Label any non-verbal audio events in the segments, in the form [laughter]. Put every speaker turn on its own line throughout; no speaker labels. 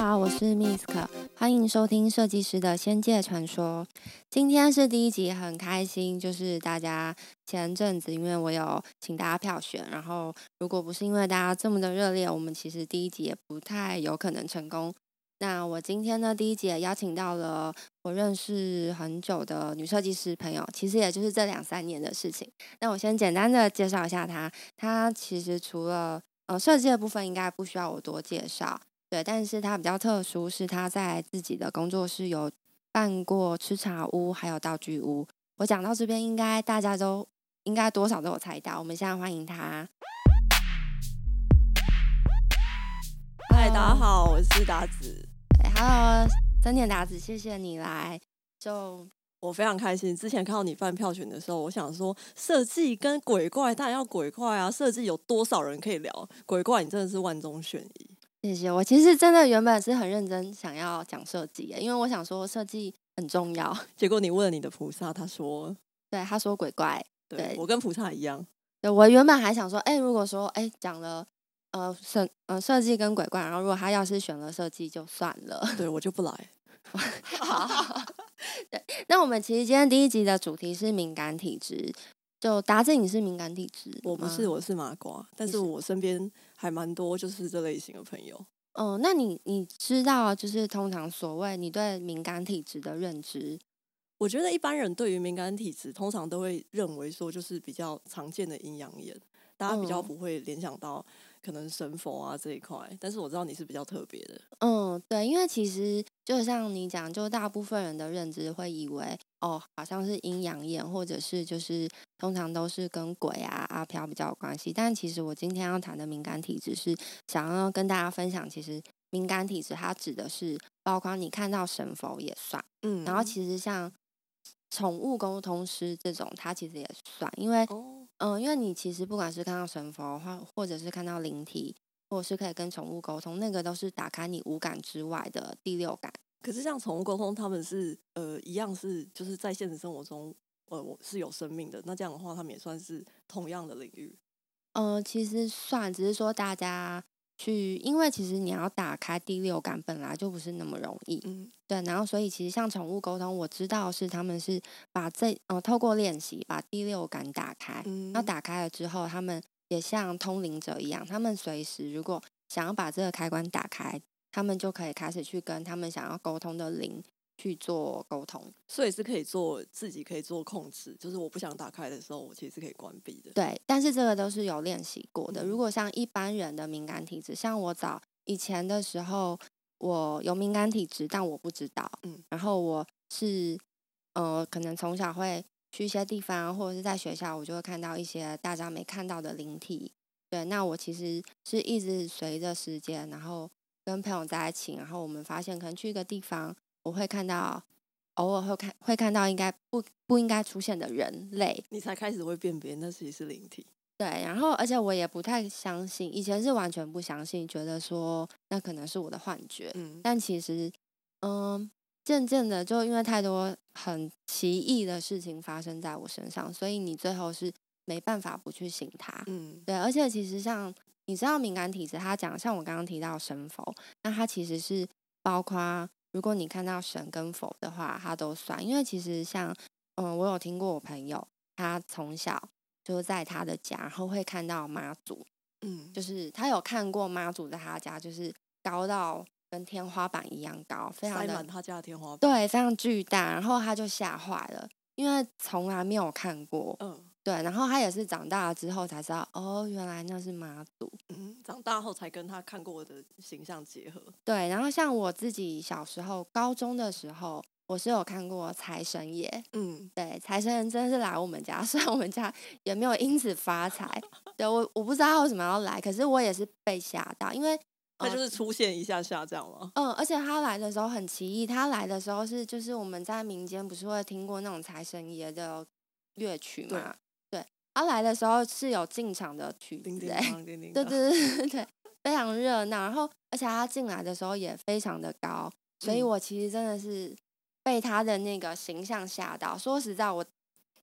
好，我是 Misk，欢迎收听《设计师的仙界传说》。今天是第一集，很开心，就是大家前阵子因为我有请大家票选，然后如果不是因为大家这么的热烈，我们其实第一集也不太有可能成功。那我今天呢，第一集也邀请到了我认识很久的女设计师朋友，其实也就是这两三年的事情。那我先简单的介绍一下她，她其实除了呃设计的部分，应该不需要我多介绍。对，但是他比较特殊，是他在自己的工作室有办过吃茶屋，还有道具屋。我讲到这边，应该大家都应该多少都有猜到。我们现在欢迎他。
嗨，大家好，我是达子，
对，Hello，森田达子，谢谢你来。就
我非常开心。之前看到你办票选的时候，我想说设计跟鬼怪当然要鬼怪啊，设计有多少人可以聊？鬼怪你真的是万中选一。
谢谢我，其实真的原本是很认真想要讲设计的，因为我想说设计很重要。
结果你问了你的菩萨，他说，
对，他说鬼怪，
对
对
我跟菩萨一
[laughs]
样，
对我原本还想说，哎、如果说哎讲了呃设呃设计跟鬼怪，然后如果他要是选了设计就算了。
[laughs] 对我就不来。
好，对，那我们其实今天第一集的主题是敏感体质，就达志你是敏感体质吗，
我不是，我是麻瓜，但
嗯你是
是我身边还蛮多就是这类型的朋友。
哦、那你你知道，就是通常所谓你对敏感体质的认知，
我觉得一般人对于敏感体质，通常都会认为说就是比较常见的阴阳眼，大家比较
嗯
不会联想到可能神佛啊这一块。但是我知道你是比较特别的，
嗯，对，因为其实就像你讲，就大部分人的认知会以为，哦，好像是阴阳眼，或者是就是通常都是跟鬼啊、阿飘比较有关系。但其实我今天要谈的敏感体质是想要跟大家分享，其实敏感体质它指的是包括你看到神佛也算，
嗯
然后其实像宠物沟通师这种，它其实也算，因为
哦，
嗯，因为你其实不管是看到神佛，或或者是看到灵体，或者是可以跟宠物沟通，那个都是打开你五感之外的第六感。
可是像宠物沟通，他们是呃一样是就是在现实生活中，呃我是有生命的，那这样的话，他们也算是同样的领域。
嗯，其实算，只是说大家去，因为其实你要打开第六感本来就不是那么容易。
嗯，
对，然后所以其实像宠物沟通，我知道是他们是把这呃透过练习把第六感打开，
嗯
那打开了之后，他们也像通灵者一样，他们随时如果想要把这个开关打开，他们就可以开始去跟他们想要沟通的灵去做沟通。
所以是可以做自己可以做控制，就是我不想打开的时候，我其实是可以关闭的。
对，但是这个都是有练习过的。如
嗯
果像一般人的敏感体质，像我早以前的时候，我有敏感体质，但我不知道。
嗯，
然后我是呃，可能从小会去一些地方，啊或者是在学校，我就会看到一些大家没看到的灵体。对，那我其实是一直随着时间，然后跟朋友在一起，然后我们发现可能去一个地方，我会看到。偶尔会看会看到应该不不应该出现的人类，
你才开始会辨别，那其实是灵体。
对，然后而且我也不太相信，以前是完全不相信，觉得说那可能是我的幻觉。
嗯，
但其实，嗯，渐渐的就因为太多很奇异的事情发生在我身上，所以你最后是没办法不去信它。
嗯，
对，而且其实像你知道敏感体质，它讲像我刚刚提到神佛，那它其实是包括如果你看到神跟佛的话，它都算，因为其实像嗯，我有听过我朋友，他从小就是在他的家，然后会看到妈祖，
嗯，
就是他有看过妈祖在他家，就是高到跟天花板一样高，非常
塞
的
满他家的天花板。
对，非常巨大，然后他就吓坏了，因为从来没有看过，
嗯
对，然后他也是长大了之后才知道，哦，原来那是妈祖。
嗯，长大后才跟他看过的形象结合。
对，然后像我自己小时候，高中的时候，我是有看过财神爷。
嗯，
对，财神爷真的是来我们家，虽 [laughs] 然我们家也没有因此发财。对我，我不知道他为什么要来，可是我也是被吓到，因为
他
呃
就是出现一下下这样吗？
嗯，而且他来的时候很奇异，他来的时候是就是我们在民间不是会听过那种财神爷的乐曲
对
嘛？对，他来的时候是有进场的曲
叮
子、
叮
欸，
当，叮叮
对
当。
对对 [laughs] 对对，非常热闹。然后，而且他进来的时候也非常的高，所以
嗯
我其实真的是被他的那个形象吓到。说实在，我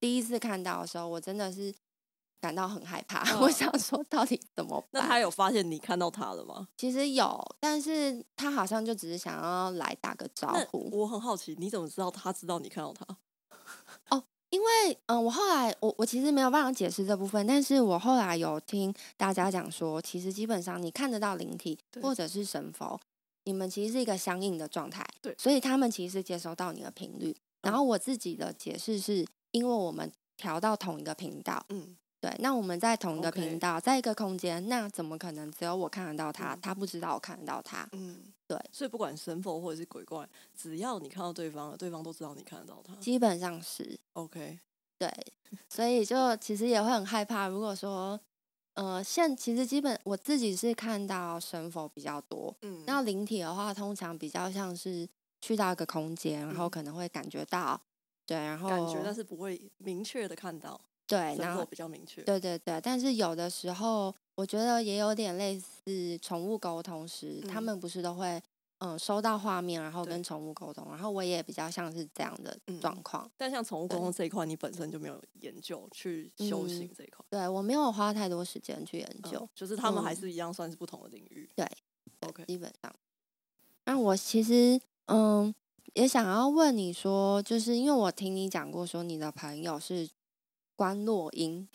第一次看到的时候，我真的是感到很害怕。
嗯
我想说，到底怎么
那
办？
他有发现你看到他了吗？
其实有，但是他好像就只是想要来打个招
那
呼。
我很好奇，你怎么知道他知道你看到他？
因为嗯，我后来我我其实没有办法解释这部分，但是我后来有听大家讲说，其实基本上你看得到灵体
对
或者是神佛，你们其实是一个相应的状态，
对
所以他们其实是接收到你的频率。然
嗯
后我自己的解释是，因为我们调到同一个频道，
嗯，
对，那我们在同一个
OK
频道在一个空间，那怎么可能只有我看得到他，
嗯
他不知道我看得到他？
嗯，
对，
所以不管神佛或者是鬼怪，只要你看到对方了，对方都知道你看得到他。
基本上是，嗯
OK，
对，所以就其实也会很害怕。如果说，呃，现其实基本我自己是看到神佛比较多，
嗯，
那灵体的话，通常比较像是去到一个空间，然后
嗯
可能会感觉到，对，然后
感觉，但是不会明确的看到，
哦对，
神
然
佛
后
比较明确。
对对对，但是有的时候我觉得也有点类似宠物沟通时，他
嗯
们不是都会。嗯，收到画面，然后
对
跟宠物沟通，然后我也比较像是这样的
嗯
状况。
但像宠物
对
沟通这一块，你本身就没有研究去修行
嗯
这一块，
对我没有花太多时间去研
嗯
究，
就是他们还
嗯
是一样算是不同的领域。
对
，OK，
基本上。那我其实嗯，也想要问你说，就是因为我听你讲过说你的朋友是关落音，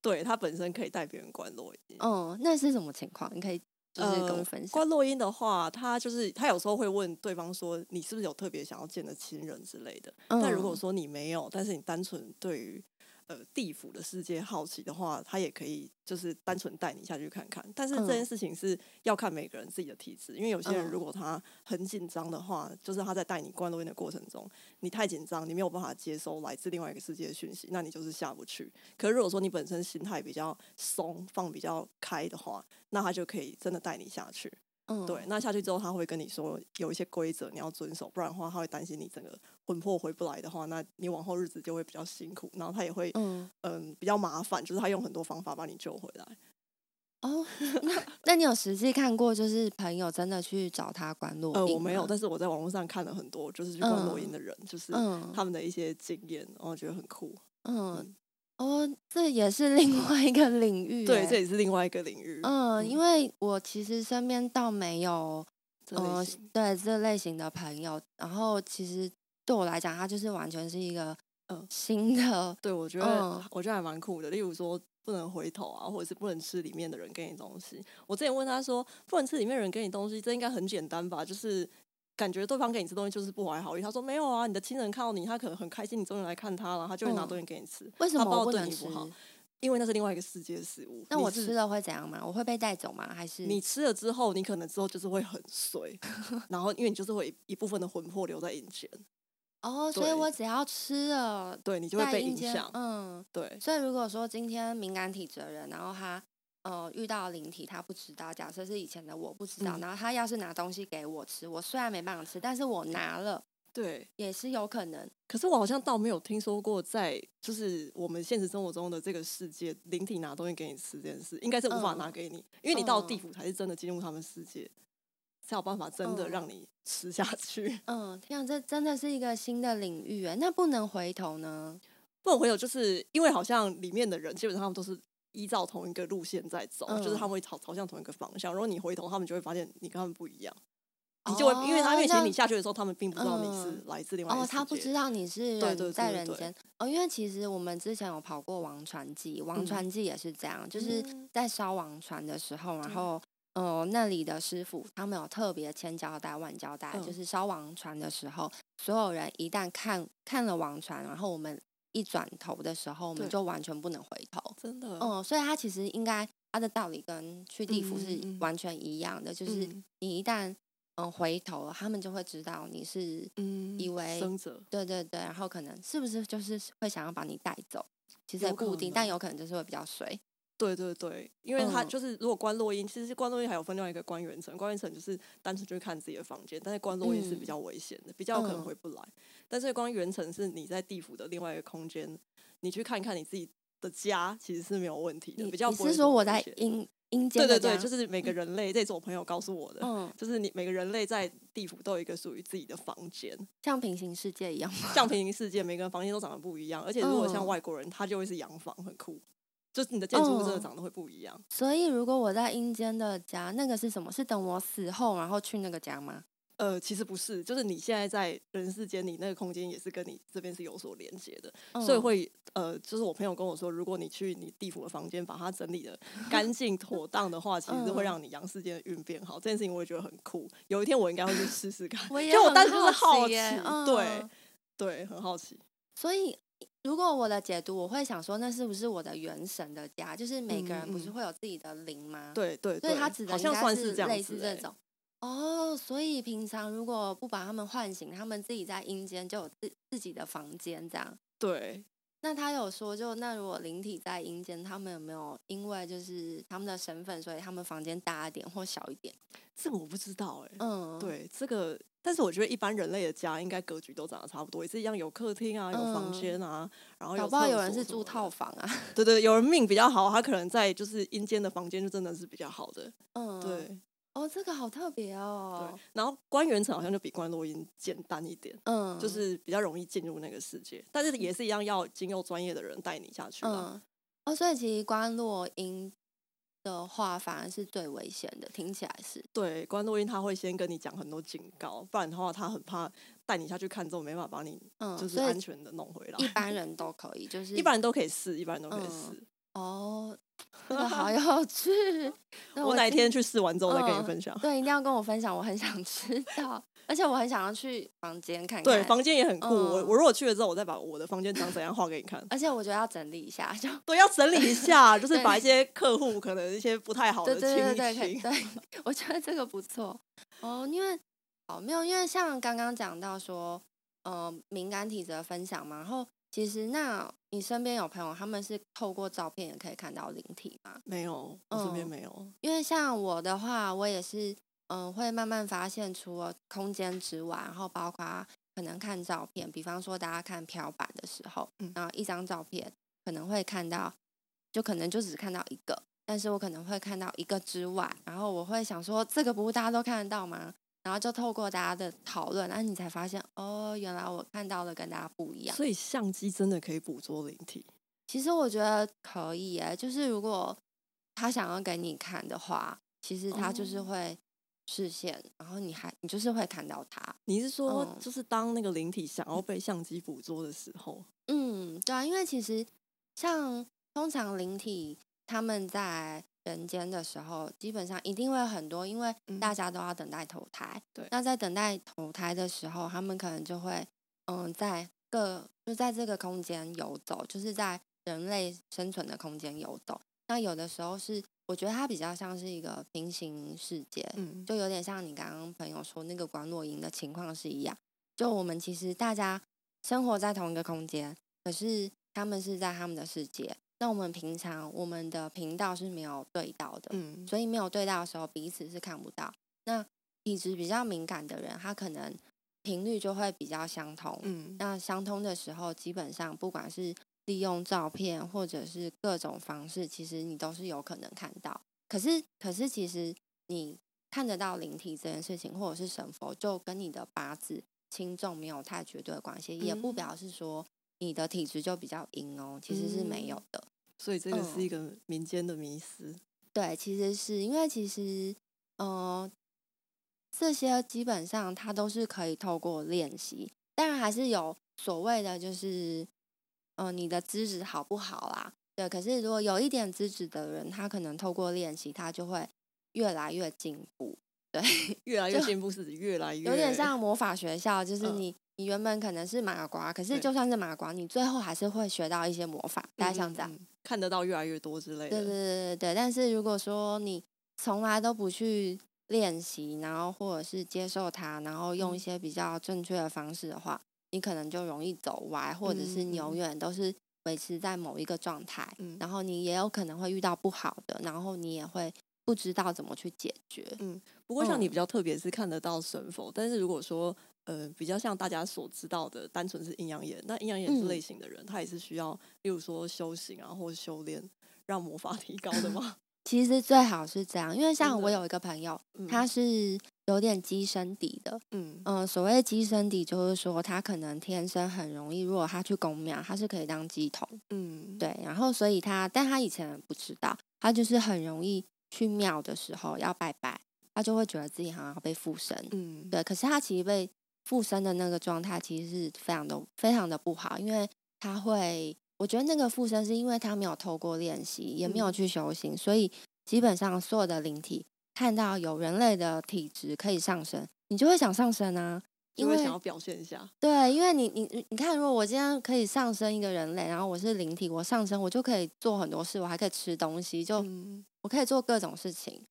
对，它本身可以带别人观落音。
嗯，那是什么情况？你可以就是跟我
呃
分享。
观落音的话，他就是他有时候会问对方说，你是不是有特别想要见的亲人之类的。
嗯，
但如果说你没有，但是你单纯对于呃地府的世界好奇的话，他也可以就是单纯带你下去看看。但是这件
嗯
事情是要看每个人自己的体质，因为有些人
嗯
如果他很紧张的话，就是他在带你观落音的过程中，你太紧张，你没有办法接收来自另外一个世界的讯息，那你就是下不去。可是如果说你本身心态比较松，放比较开的话，那他就可以真的带你下去。
嗯，
对，那下去之后他会跟你说有一些规则你要遵守，不然的话他会担心你整个魂魄回不来的话，那你往后日子就会比较辛苦。然后他也会嗯、
嗯，
比较麻烦，就是他用很多方法把你救回来。
哦，那那你有实际看过就是朋友真的去找他关落音
呃，
吗？
我没有，但是我在网络上看了很多就是去观落音
嗯
的人，就是
嗯
他们的一些经验，然后觉得很酷。
嗯
嗯。
哦，这也是另外一个领域欸。
对，这也是另外一个领域。
嗯，因
为
为我其实身边倒没有
这
呃
类型，
对这类型的朋友，然后其实对我来讲，他就是完全是一个
嗯
新的，
对我觉得、
嗯
我觉得还蛮酷的。例如说。不能回头啊，或者是不能吃里面的人给你东西。我之前问他说，不能吃里面的人给你东西，这应该很简单吧？就是感觉对方给你吃东西就是不怀好意。他说没有啊，你的亲人看到你，他可能很开心，你终于来看他了，他就会拿
嗯
东西给你吃。
为什
[laughs] 他
么
不知道
我不
对
能
你
吃
不？好因为那是另外一个世界的食物。
那
你
我
是
吃了会怎样吗？我会被带走吗？还是
你吃了之后，你可能之后就是会很碎，然后因为你就是会有一部分的魂魄留在阴间，
哦？所以
对
我只要吃了
对你就会
带
被
阴
影
间
响，。
嗯，
对，
所以如果说今天敏感体质的人，然后他。呃，遇到灵体，他不知道。假设是以前的我不知道，
嗯
然后他要是拿东西给我吃，我虽然没办法吃，但是我拿了
对，
也是有可能。
可是我好像倒没有听说过，在就是我们现实生活中的这个世界，灵体拿东西给你吃这件事，应该是无法
嗯
拿给你，因为你到地
嗯
府才是真的进入他们世界，才有办法真的
嗯
让你吃下去。 [laughs]
嗯，天啊，这真的是一个新的领域哎。那不能回头呢？
不然会有就是因为好像里面的人基本上他们都是依照同一个路线在走，就是他
嗯
们会朝朝向同一个方向。如果你回头，他们就会发现你跟他们不一样。你就会，因为他因为其实
哦那
你下去的时候，他们并不知道你是
嗯
来自另外一个
哦，
世
他不
界
知道你是
对
人
对
在
对
人
对
间哦，因为其实我们之前有跑过王船记，王
嗯
船记也是这样，就是
嗯
在烧王船的时候，然
对
后呃那里的师傅他们有特别千交代万交代，就
嗯
是烧王船的时候，所有人一旦看看了王船，然后我们一转头的时候，我们
对
就完全不能回头。
真的，
嗯，所以他其实应该他的道理跟去地府是
嗯嗯嗯
完全一样的，就是
嗯
你一旦嗯回头了，他们就会知道你是
嗯
以为
生者
对对对，然后可能是不是就是会想要把你带走？其实也
有
不一
可
定，但
能
有可能就是会比较衰。
对对对，因为他
嗯
就是如果关落音，其实关落音还有分另外一个关元城，关元城就是单纯就是看自己的房间，但是关落音是
嗯
比较危险的，比较有可能
嗯
回不来。但是关元城是你在地府的另外一个空间，你去看看你自己的家，其实是没有问题的，
你
比较
你
不会
是
有什么
说我
危
在
险
阴阴间
对
的
对
这
对，
样
就是
[laughs]
每个人类，这也是我朋友告诉我的。
嗯，
就是你每个人类在地府都有一个属于自己的房间，
像平行世界一样吗？ [laughs]
像平行世界，每个人房间都长得不一样。而且如果像
嗯
外国人，他就会是洋房，很酷，就是你的建筑物真的
嗯
长得会不一样。
所以如果我在阴间的家，那个是什么？是等我死后然后去那个家吗？
呃，其实不是，就是你现在在人世间，你那个空间也是跟你这边是有所连接的，所以
嗯
会呃，就是我朋友跟我说，如果你去你地府的房间把它整
[laughs]
理的干净妥当的话，其实是会
嗯
让你阳世间的运变好。这件事情我也觉得很酷，有一天我应该会去试
[laughs]
试看。
我也
就我
很
当时就是
好
好
奇
奇，
耶
对
嗯
对，很好奇。
所以，如果我的解读，我会想说，那是不是我的元神的家？就是每个人不
嗯
是会有自己的灵吗？，
对对
嗯所
对，
以他指的
好
应
像
该
算
是
这样
类
子
似这
欸
种。哦，所以平常如果不把他们唤醒，他们自己在阴间就有自自己的房间这样。
对，
那他有说就，那如果灵体在阴间，他们有没有因为就是他们的身份，所以他们房间大一点或小一点？
这个我不知道哎、
嗯，，
对这个，但是我觉得一般人类的家应该格局都长得差不多，也是一样有客厅啊，有
嗯
房间啊，然后有
搞不好
厕
有人
所
是
什么
住
的
套房啊。
[laughs] 对对，有人命比较好，他可能在就是阴间的房间就真的是比较好的。
嗯，
对、。
哦，这个好特别
对
哦。，
然后官员城好像就比观落阴简单一点，
嗯，
就是比较容易进入那个世界，但是也是一样要经由专业的人带你下去啊。
嗯，哦，所以其实关落音的话，反而是最危险的，听起来是。
对，观落阴他会先跟你讲很多警告，不然的话他很怕带你下去看之后没办法把你
嗯，
就是
所
安
以
全的弄回来。
一
[laughs]
般人都可以，就是
一般人都可以试，一般人都可以
嗯
试。 [laughs]
哦，这个好有趣。那
我哪一
今
天去试完之后再跟
嗯
你分享。 [laughs]
对一定要跟我分享，我很想知道，而且我很想要去房间看看。
对，房间也很酷。我
嗯
我如果去了之后，我再把我的房间长怎样画给你看。
而且我觉得要整理一下，就
对，要整理一下，就是
对
把一些客户可能一些不太好
对
的
对
清
对
一
对可以
清。
对， [laughs] 我觉得这个不错哦，因为哦没有，因为像刚刚讲到说，呃，敏感体质的分享嘛，然后其实那你身边有朋友他们是透过照片也可以看到灵体嘛？
没有，我身边
嗯
没有。
因为像我的话，我也是嗯、呃会慢慢发现，除了空间之外，然后包括可能看照片，比方说大家看漂板的时候，
嗯
然后一张照片可能会看到，就可能就只看到一个，但是我可能会看到一个之外，然后我会想说，这个不是大家都看得到吗？然后就透过大家的讨论，然啊后你才发现，哦，原来我看到的跟大家不一样。
所以相机真的可以捕捉灵体。
其实我觉得可以耶，就是如果他想要给你看的话，其实他就是
哦
会视线，然后你还你就是会看到他。
你是说
嗯，
就是当那个灵体想要被相机捕捉的时候，
嗯，对啊，因为其实像通常灵体他们在人间的时候，基本上一定会有很多，因为
嗯
大家都要等待投胎。
对
那在等待投胎的时候，他们可能就会嗯，在各就在这个空间游走，就是在人类生存的空间游走。那有的时候是，我觉得它比较像是一个平行世界，
嗯，
就有点像你刚刚朋友说那个管落营的情况是一样。就我们其实大家生活在同一个空间，可是他们是在他们的世界。那我们平常我们的频道是没有对到的，
嗯，
所以没有对到的时候，彼此是看不到。那体质比较敏感的人，他可能频率就会比较相同。
嗯，
那相通的时候，基本上不管是利用照片或者是各种方式，其实你都是有可能看到。可是，可是其实你看得到灵体这件事情，或者是神佛，就跟你的八字轻重没有太绝对的关系，也不
嗯
表示说你的体质就比较阴哦，其实是没有
嗯
的。
所以这个
嗯
是一个民间的迷思。
对，其实是因为其实，呃，这些基本上它都是可以透过练习，当然还是有所谓的就是，呃，你的资质好不好啦？对，可是如果有一点资质的人，他可能透过练习，他就会越来越进步。对，
越来越
就
进步是指越来越
有点像魔法学校，就是
嗯
你、你原本可能是麻瓜，可是
对
就算是麻瓜，你最后还是会学到一些魔法，大家像
嗯
这样。
嗯看得到越来越多之类
对对
的。
对对对，但是如果说你从来都不去练习，然后或者是接受它，然后用一
嗯
些比较正确的方式的话，你可能就容易走歪，或者是你永
嗯
远都是维持在某一个状态，
嗯
然后你也有可能会遇到不好的，然后你也会不知道怎么去解决。
不过像
嗯
你比较特别是看得到神佛，但是如果说呃比较像大家所知道的，单纯是阴阳眼，那阴阳眼这
嗯 [laughs]
类型的人，他也是需要，例如说修行啊或修炼，让魔法提高的嘛。
其实最好是这样，因为像
真的
我有一个朋友，
嗯
他是有点鸡生底的。
嗯
嗯、所谓鸡生底，就是说他可能天生很容易，如果他去公庙，他是可以当鸡童。
嗯，
对，然后所以他，但他以前不知道，他就是很容易去庙的时候要拜拜，他就会觉得自己好像被附身。
嗯
对，可是他其实被附身的那个状态其实是非常的非常的不好，因为他会，我觉得那个附身是因为他没有透过练习，也没有
嗯
去修行，所以基本上所有的灵体看到有人类的体质可以上升，你就会想上升啊，
因
因
为
为
想要表现一下，
对，因为你你你你看，如果我今天可以上升一个人类，然后我是灵体，我上升我就可以做很多事，我还可以吃东西，就
嗯
我可以做各种事情。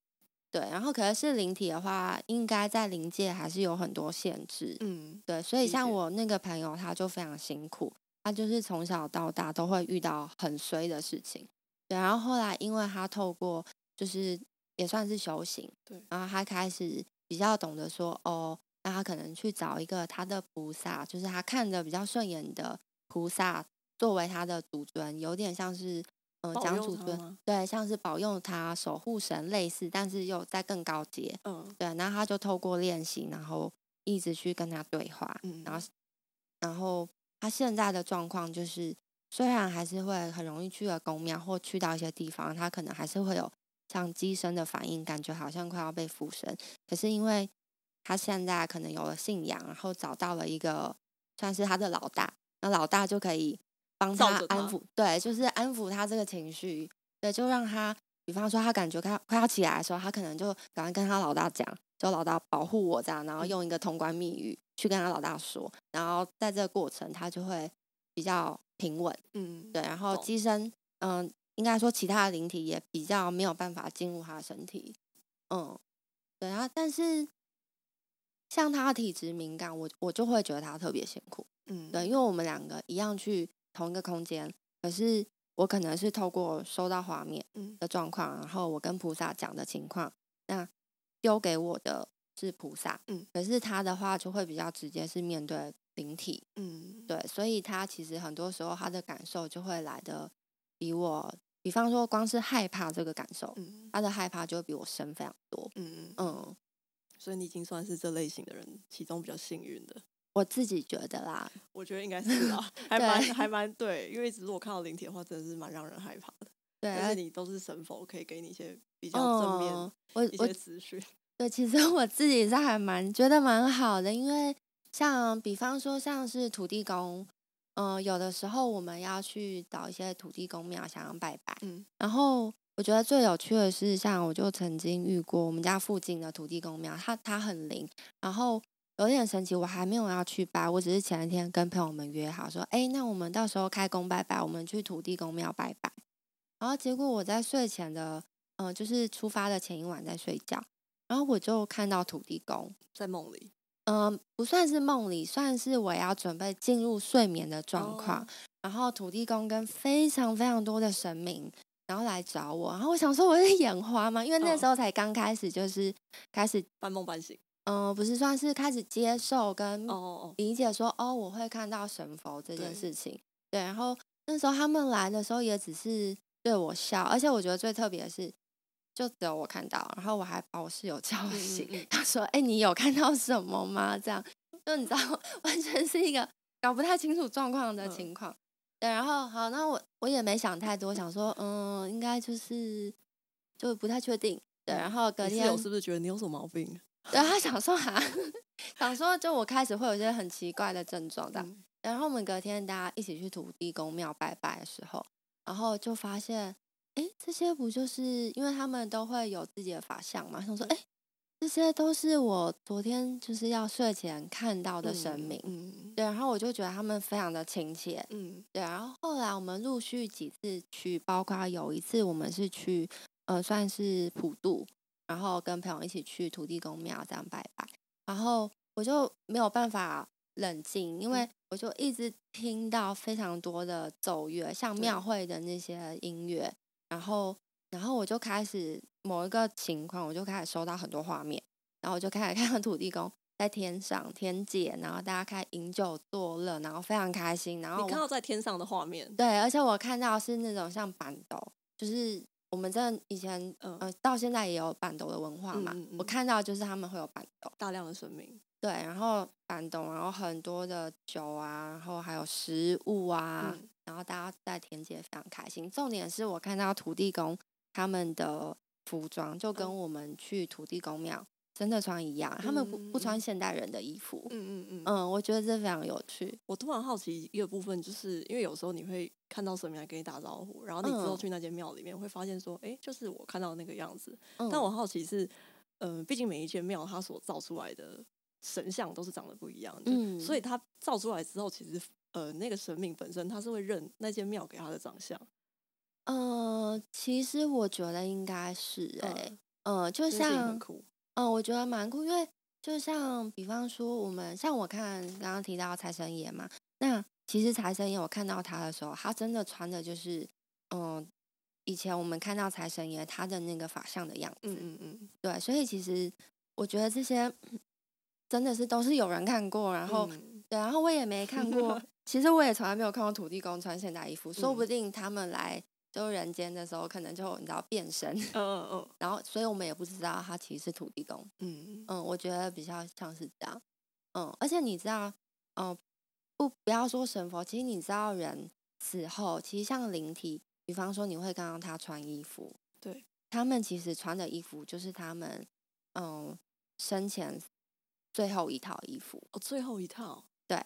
对，然后可是是灵体的话，应该在灵界还是有很多限制。
嗯
对，所以
理
像
解
我那个朋友，他就非常辛苦，他就是从小到大都会遇到很衰的事情。对，然后后来因为他透过就是也算是修行，
对
然后他开始比较懂得说，哦，那他可能去找一个他的菩萨，就是他看的比较顺眼的菩萨作为他的祖尊，有点像是嗯、呃、
保
讲
佑
祖
他
尊，
吗
对，像是保佑他守护神类似，但是又在更高阶。
嗯
对，然后他就透过练习，然后一直去跟他对话，
嗯，
然后然后他现在的状况就是，虽然还是会很容易去了公庙或去到一些地方，他可能还是会有像机身的反应，感觉好像快要被附身。可是因为他现在可能有了信仰，然后找到了一个算是他的老大，那老大就可以帮
罩
他
着
安
他
抚，对，就是安抚他这个情绪，对，就让他，比方说他感觉快快要起来的时候，他可能就赶快跟他老大讲，就老大保护我这样，
嗯
然后用一个通关密语去跟他老大说，然后在这个过程他就会比较平稳，
嗯
对，然后
懂
机身，嗯、应该说其他的灵体也比较没有办法进入他的身体，嗯，对，然后但是像他的体质敏感，我我就会觉得他特别辛苦，
嗯
对，因为我们两个一样去同一个空间，可是我可能是透过收到画面
嗯
的状况，然后我跟菩萨讲的情况，那丢给我的是菩萨，
嗯，
可是他的话就会比较直接，是面对灵体，
嗯
对，所以他其实很多时候他的感受就会来的比我，比方说光是害怕这个感受，
嗯
他的害怕就会比我深非常多，
嗯嗯，
嗯，
所以你已经算是这类型的人其中比较幸运的。
我自己觉得啦，
我觉得应该是
[laughs]
啦，还
对
蛮还蛮对，因为只是我看到灵体的话，真的是蛮让人害怕的。
对，啊
但
而
是你都是神佛，可以给你一些比较正面、
嗯我
一
我
些资
[laughs]
讯。
对，其实我自己是还蛮觉得蛮好的，因为像比方说像是土地公，嗯、有的时候我们要去找一些土地公庙想要拜拜，
嗯
然后我觉得最有趣的是，像我就曾经遇过我们家附近的土地公庙，它它很灵，然后有点神奇，我还没有要去拜，我只是前一天跟朋友们约好说，哎，那我们到时候开工拜拜，我们去土地公庙拜拜。然后结果我在睡前的，嗯、就是出发的前一晚在睡觉，然后我就看到土地公，
在梦里
嗯、不算是梦里，算是我要准备进入睡眠的状况。
哦
然后土地公跟非常非常多的神明，然后来找我，然后我想说我是眼花吗？因为那
嗯
时候才刚开始，就是开始，
半梦半醒。
嗯、不是算是开始接受跟
哦哦哦，
理解说，哦，我会看到神佛这件
对
事情。对，然后那时候他们来的时候也只是对我笑，而且我觉得最特别的是，就只有我看到，然后我还把我室友叫
嗯
醒，
嗯
他说：“哎、你有看到什么吗？”这样，就你知道，完全是一个搞不太清楚状况的
嗯
情况。对，然后好，那我我也没想太多，想说，嗯，应该就是就不太确定。对，然后隔
你室
天
友是不是觉得你有什么毛病？
对他想说哈， [laughs] 想说就我开始会有一些很奇怪的症状的。
嗯
然后我们隔天大家一起去土地公庙拜拜的时候，然后就发现，哎，这些不就是因为他们都会有自己的法相嘛？想说，哎，这些都是我昨天就是要睡前看到的神
嗯
明。
嗯
对，然后我就觉得他们非常的亲切，
嗯
对，然后后来我们陆续几次去，包括有一次我们是去，呃，算是普渡，然后跟朋友一起去土地公庙这样拜拜，然后我就没有办法冷静，
嗯
因为我就一直听到非常多的奏乐，像
对
庙会的那些音乐，然后，然后我就开始某一个情况，我就开始收到很多画面，然后我就开始 [laughs] 看到土地公。在天上天界，然后大家开饮酒作乐，然后非常开心。然后
你
我
看到在天上的画面，
对，而且我看到是那种像板斗，就是我们真的以前
嗯
呃到现在也有板斗的文化嘛，
嗯嗯嗯
我看到就是他们会有板斗，
大量的生命，
对，然后板斗，然后很多的酒啊，然后还有食物啊，
嗯
然后大家在田姐非常开心。重点是我看到土地公他们的服装就跟
嗯
我们去土地公庙真的穿一样，他们不不
嗯
穿现代人的衣服。
嗯嗯嗯
嗯，我觉得这非常有趣。
我突然好奇一个部分，就是因为有时候你会看到神明来跟你打招呼，然后你之后
嗯
去那间庙里面会发现说，哎、就是我看到的那个样子。
嗯，
但我好奇是，嗯、毕竟每一间庙它所造出来的神像都是长得不一样的，
嗯
所以它造出来之后，其实呃，那个神明本身它是会认那间庙给它的长相，
呃，其实我觉得应该是哎、
嗯
呃，就
这件事情
像
很酷。
嗯，我觉得蛮酷，因为就像比方说，我们像我看刚刚提到财神爷嘛，那其实财神爷我看到他的时候，他真的穿的就是嗯，以前我们看到财神爷他的那个法相的样子，
嗯嗯嗯，
对，所以其实我觉得这些 [clears throat] 真的是都是有人看过，然后、
嗯
对，然后我也没看
[laughs]
过，其实我也从来没有看过土地公穿现代衣服，说不
嗯
定他们来就人间的时候，可能就你知道变身，
嗯嗯
然后所以我们也不知道他其实是土地公。
嗯嗯
嗯，我觉得比较像是这样。嗯，而且你知道，嗯、不不要说神佛，其实你知道人死后，其实像灵体，比方说你会看到他穿衣服，
对，
他们其实穿的衣服就是他们嗯生前最后一套衣服。
哦，最后一套，
对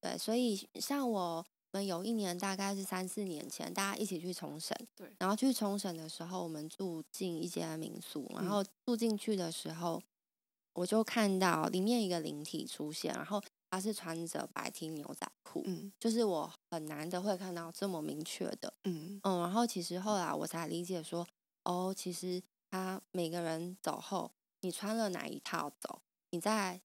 对，所以像我们有一年大概是三四年前，大家一起去冲绳，
对
然后去冲绳的时候，我们住进一间民宿，然
嗯
后住进去的时候，我就看到里面一个灵体出现，然后他是穿着白 T 牛仔裤，
嗯
就是我很难得会看到这么明确的，
嗯
嗯，然后其实后来我才理解说，哦，其实他每个人走后，你穿了哪一套走，你在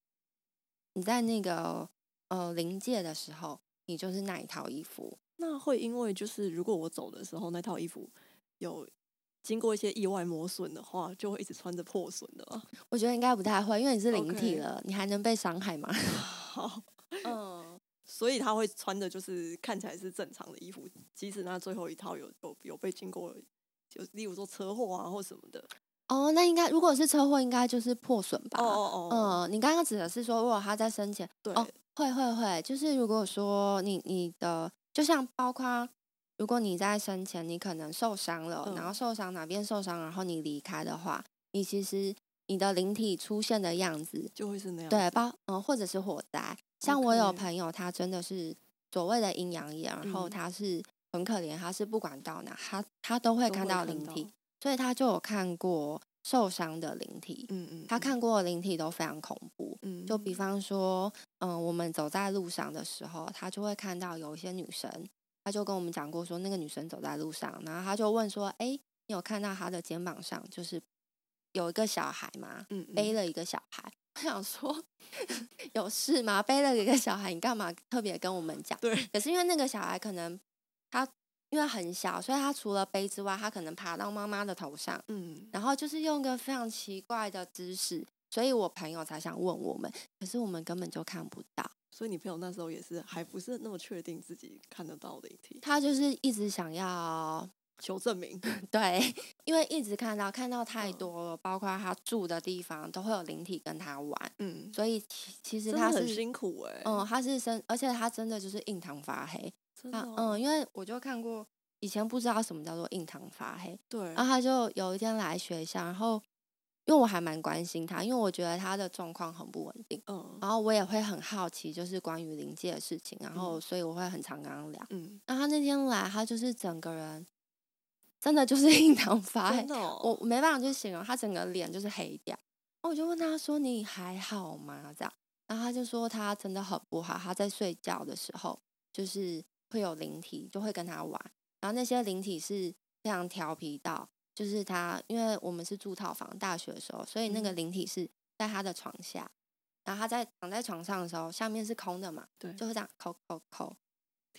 你在那个呃临界的时候，你就是那一套衣服。
那会因为就是如果我走的时候那套衣服有经过一些意外磨损的话，就会一直穿着破损的吗。 [laughs]
我觉得应该不太会，因为你是灵体
OK
了你还能被伤害吗？ [laughs]
好，
嗯，
所以他会穿的就是看起来是正常的衣服，即使那最后一套有有有被经过，就例如说车祸啊或什么的。
哦，那应该如果是车祸，应该就是破损吧？
哦哦哦，
嗯，你刚刚指的是说，如果他在生前
对，
哦会会会，就是如果说你你的，就像包括如果你在生前你可能受伤了，然后
嗯
受伤哪边受伤，然后你离开的话，你其实你的灵体出现的样子，
就会是那样子。
对，包嗯、或者是火灾，像我有
OK
朋友他真的是所谓的阴阳眼，然后
嗯
他是很可怜，他是不管到哪他他都会
都
看
会
到
看
灵体
到，
所以他就有看过受伤的灵体，
嗯嗯，
他
嗯，
看过的灵体都非常恐怖，
嗯，
就比
嗯
方说，嗯，我们走在路上的时候，他就会看到有一些女生，他就跟我们讲过说，那个女生走在路上，然后他就问说，哎、你有看到她的肩膀上就是有一个小孩吗？
嗯嗯
背了一个小孩。 [laughs] 我想说，有事吗？背了一个小孩，你干嘛特别跟我们讲？
对，
可是因为那个小孩可能他因为很小，所以他除了背之外，他可能爬到妈妈的头上，
嗯，
然后就是用一个非常奇怪的姿势，所以我朋友才想问我们，可是我们根本就看不到。
所以你朋友那时候也是还不是那么确定自己看得到灵体，
他就是一直想要 [laughs]
求证明。
对，因为一直看到看到太
嗯
多了，包括他住的地方都会有灵体跟他玩，
嗯，
所以其其实
真的
他
很
是
辛苦哎。
嗯，他是身，而且他真的就是印堂发黑。
真的
他
哦
嗯，因为我就看过以前不知道什么叫做印堂发黑，
对
然后他就有一天来学校，然后因为我还蛮关心他，因为我觉得他的状况很不稳定。
嗯
然后我也会很好奇，就是关于灵界的事情，然后
嗯
所以我会很常跟他聊。
嗯，
那他那天来，他就是整个人真的就是 [laughs] 印堂发黑
真，的哦
哎我我没办法去形容，他整个脸就是黑掉。然后我就问他说：“你还好吗？”这样，然后他就说他真的很不好，他在睡觉的时候就是会有灵体，就会跟他玩。然后那些灵体是非常调皮到，就是他因为我们是住套房，大学的时候，所以那个
嗯
灵体是在他的床下，然后他在躺在床上的时候，下面是空的嘛，
对
就会这样抠抠抠，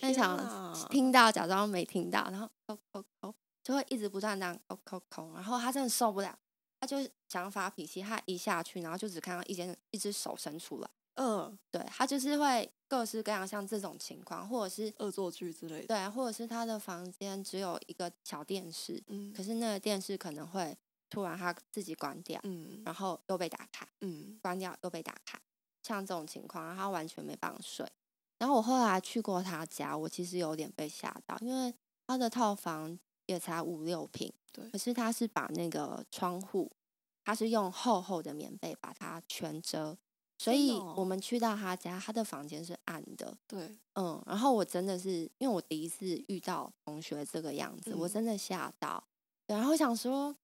但
天
想
哪
听到假装没听到，然后抠抠抠，就会一直不断这样抠抠抠，然后他真的受不了，他就想要发脾气，他一下去，然后就只看到一间一只手伸出来，
恶
对他就是会各式各样像这种情况，或者是
恶作剧之类的。
对，或者是他的房间只有一个小电视，
嗯
可是那个电视可能会突然他自己关掉，
嗯
然后又被打开，
嗯
关掉又被打开，像这种情况，然后他完全没办法睡。然后我后来去过他家，我其实有点被吓到，因为他的套房也才五六平，
对
可是他是把那个窗户，他是用厚厚的棉被把它全遮，所
真的
以
哦
我们去到他家，他的房间是暗的，
对，
嗯，然后我真的是因为我第一次遇到同学这个样子，我
嗯
真的吓到。对然后想说，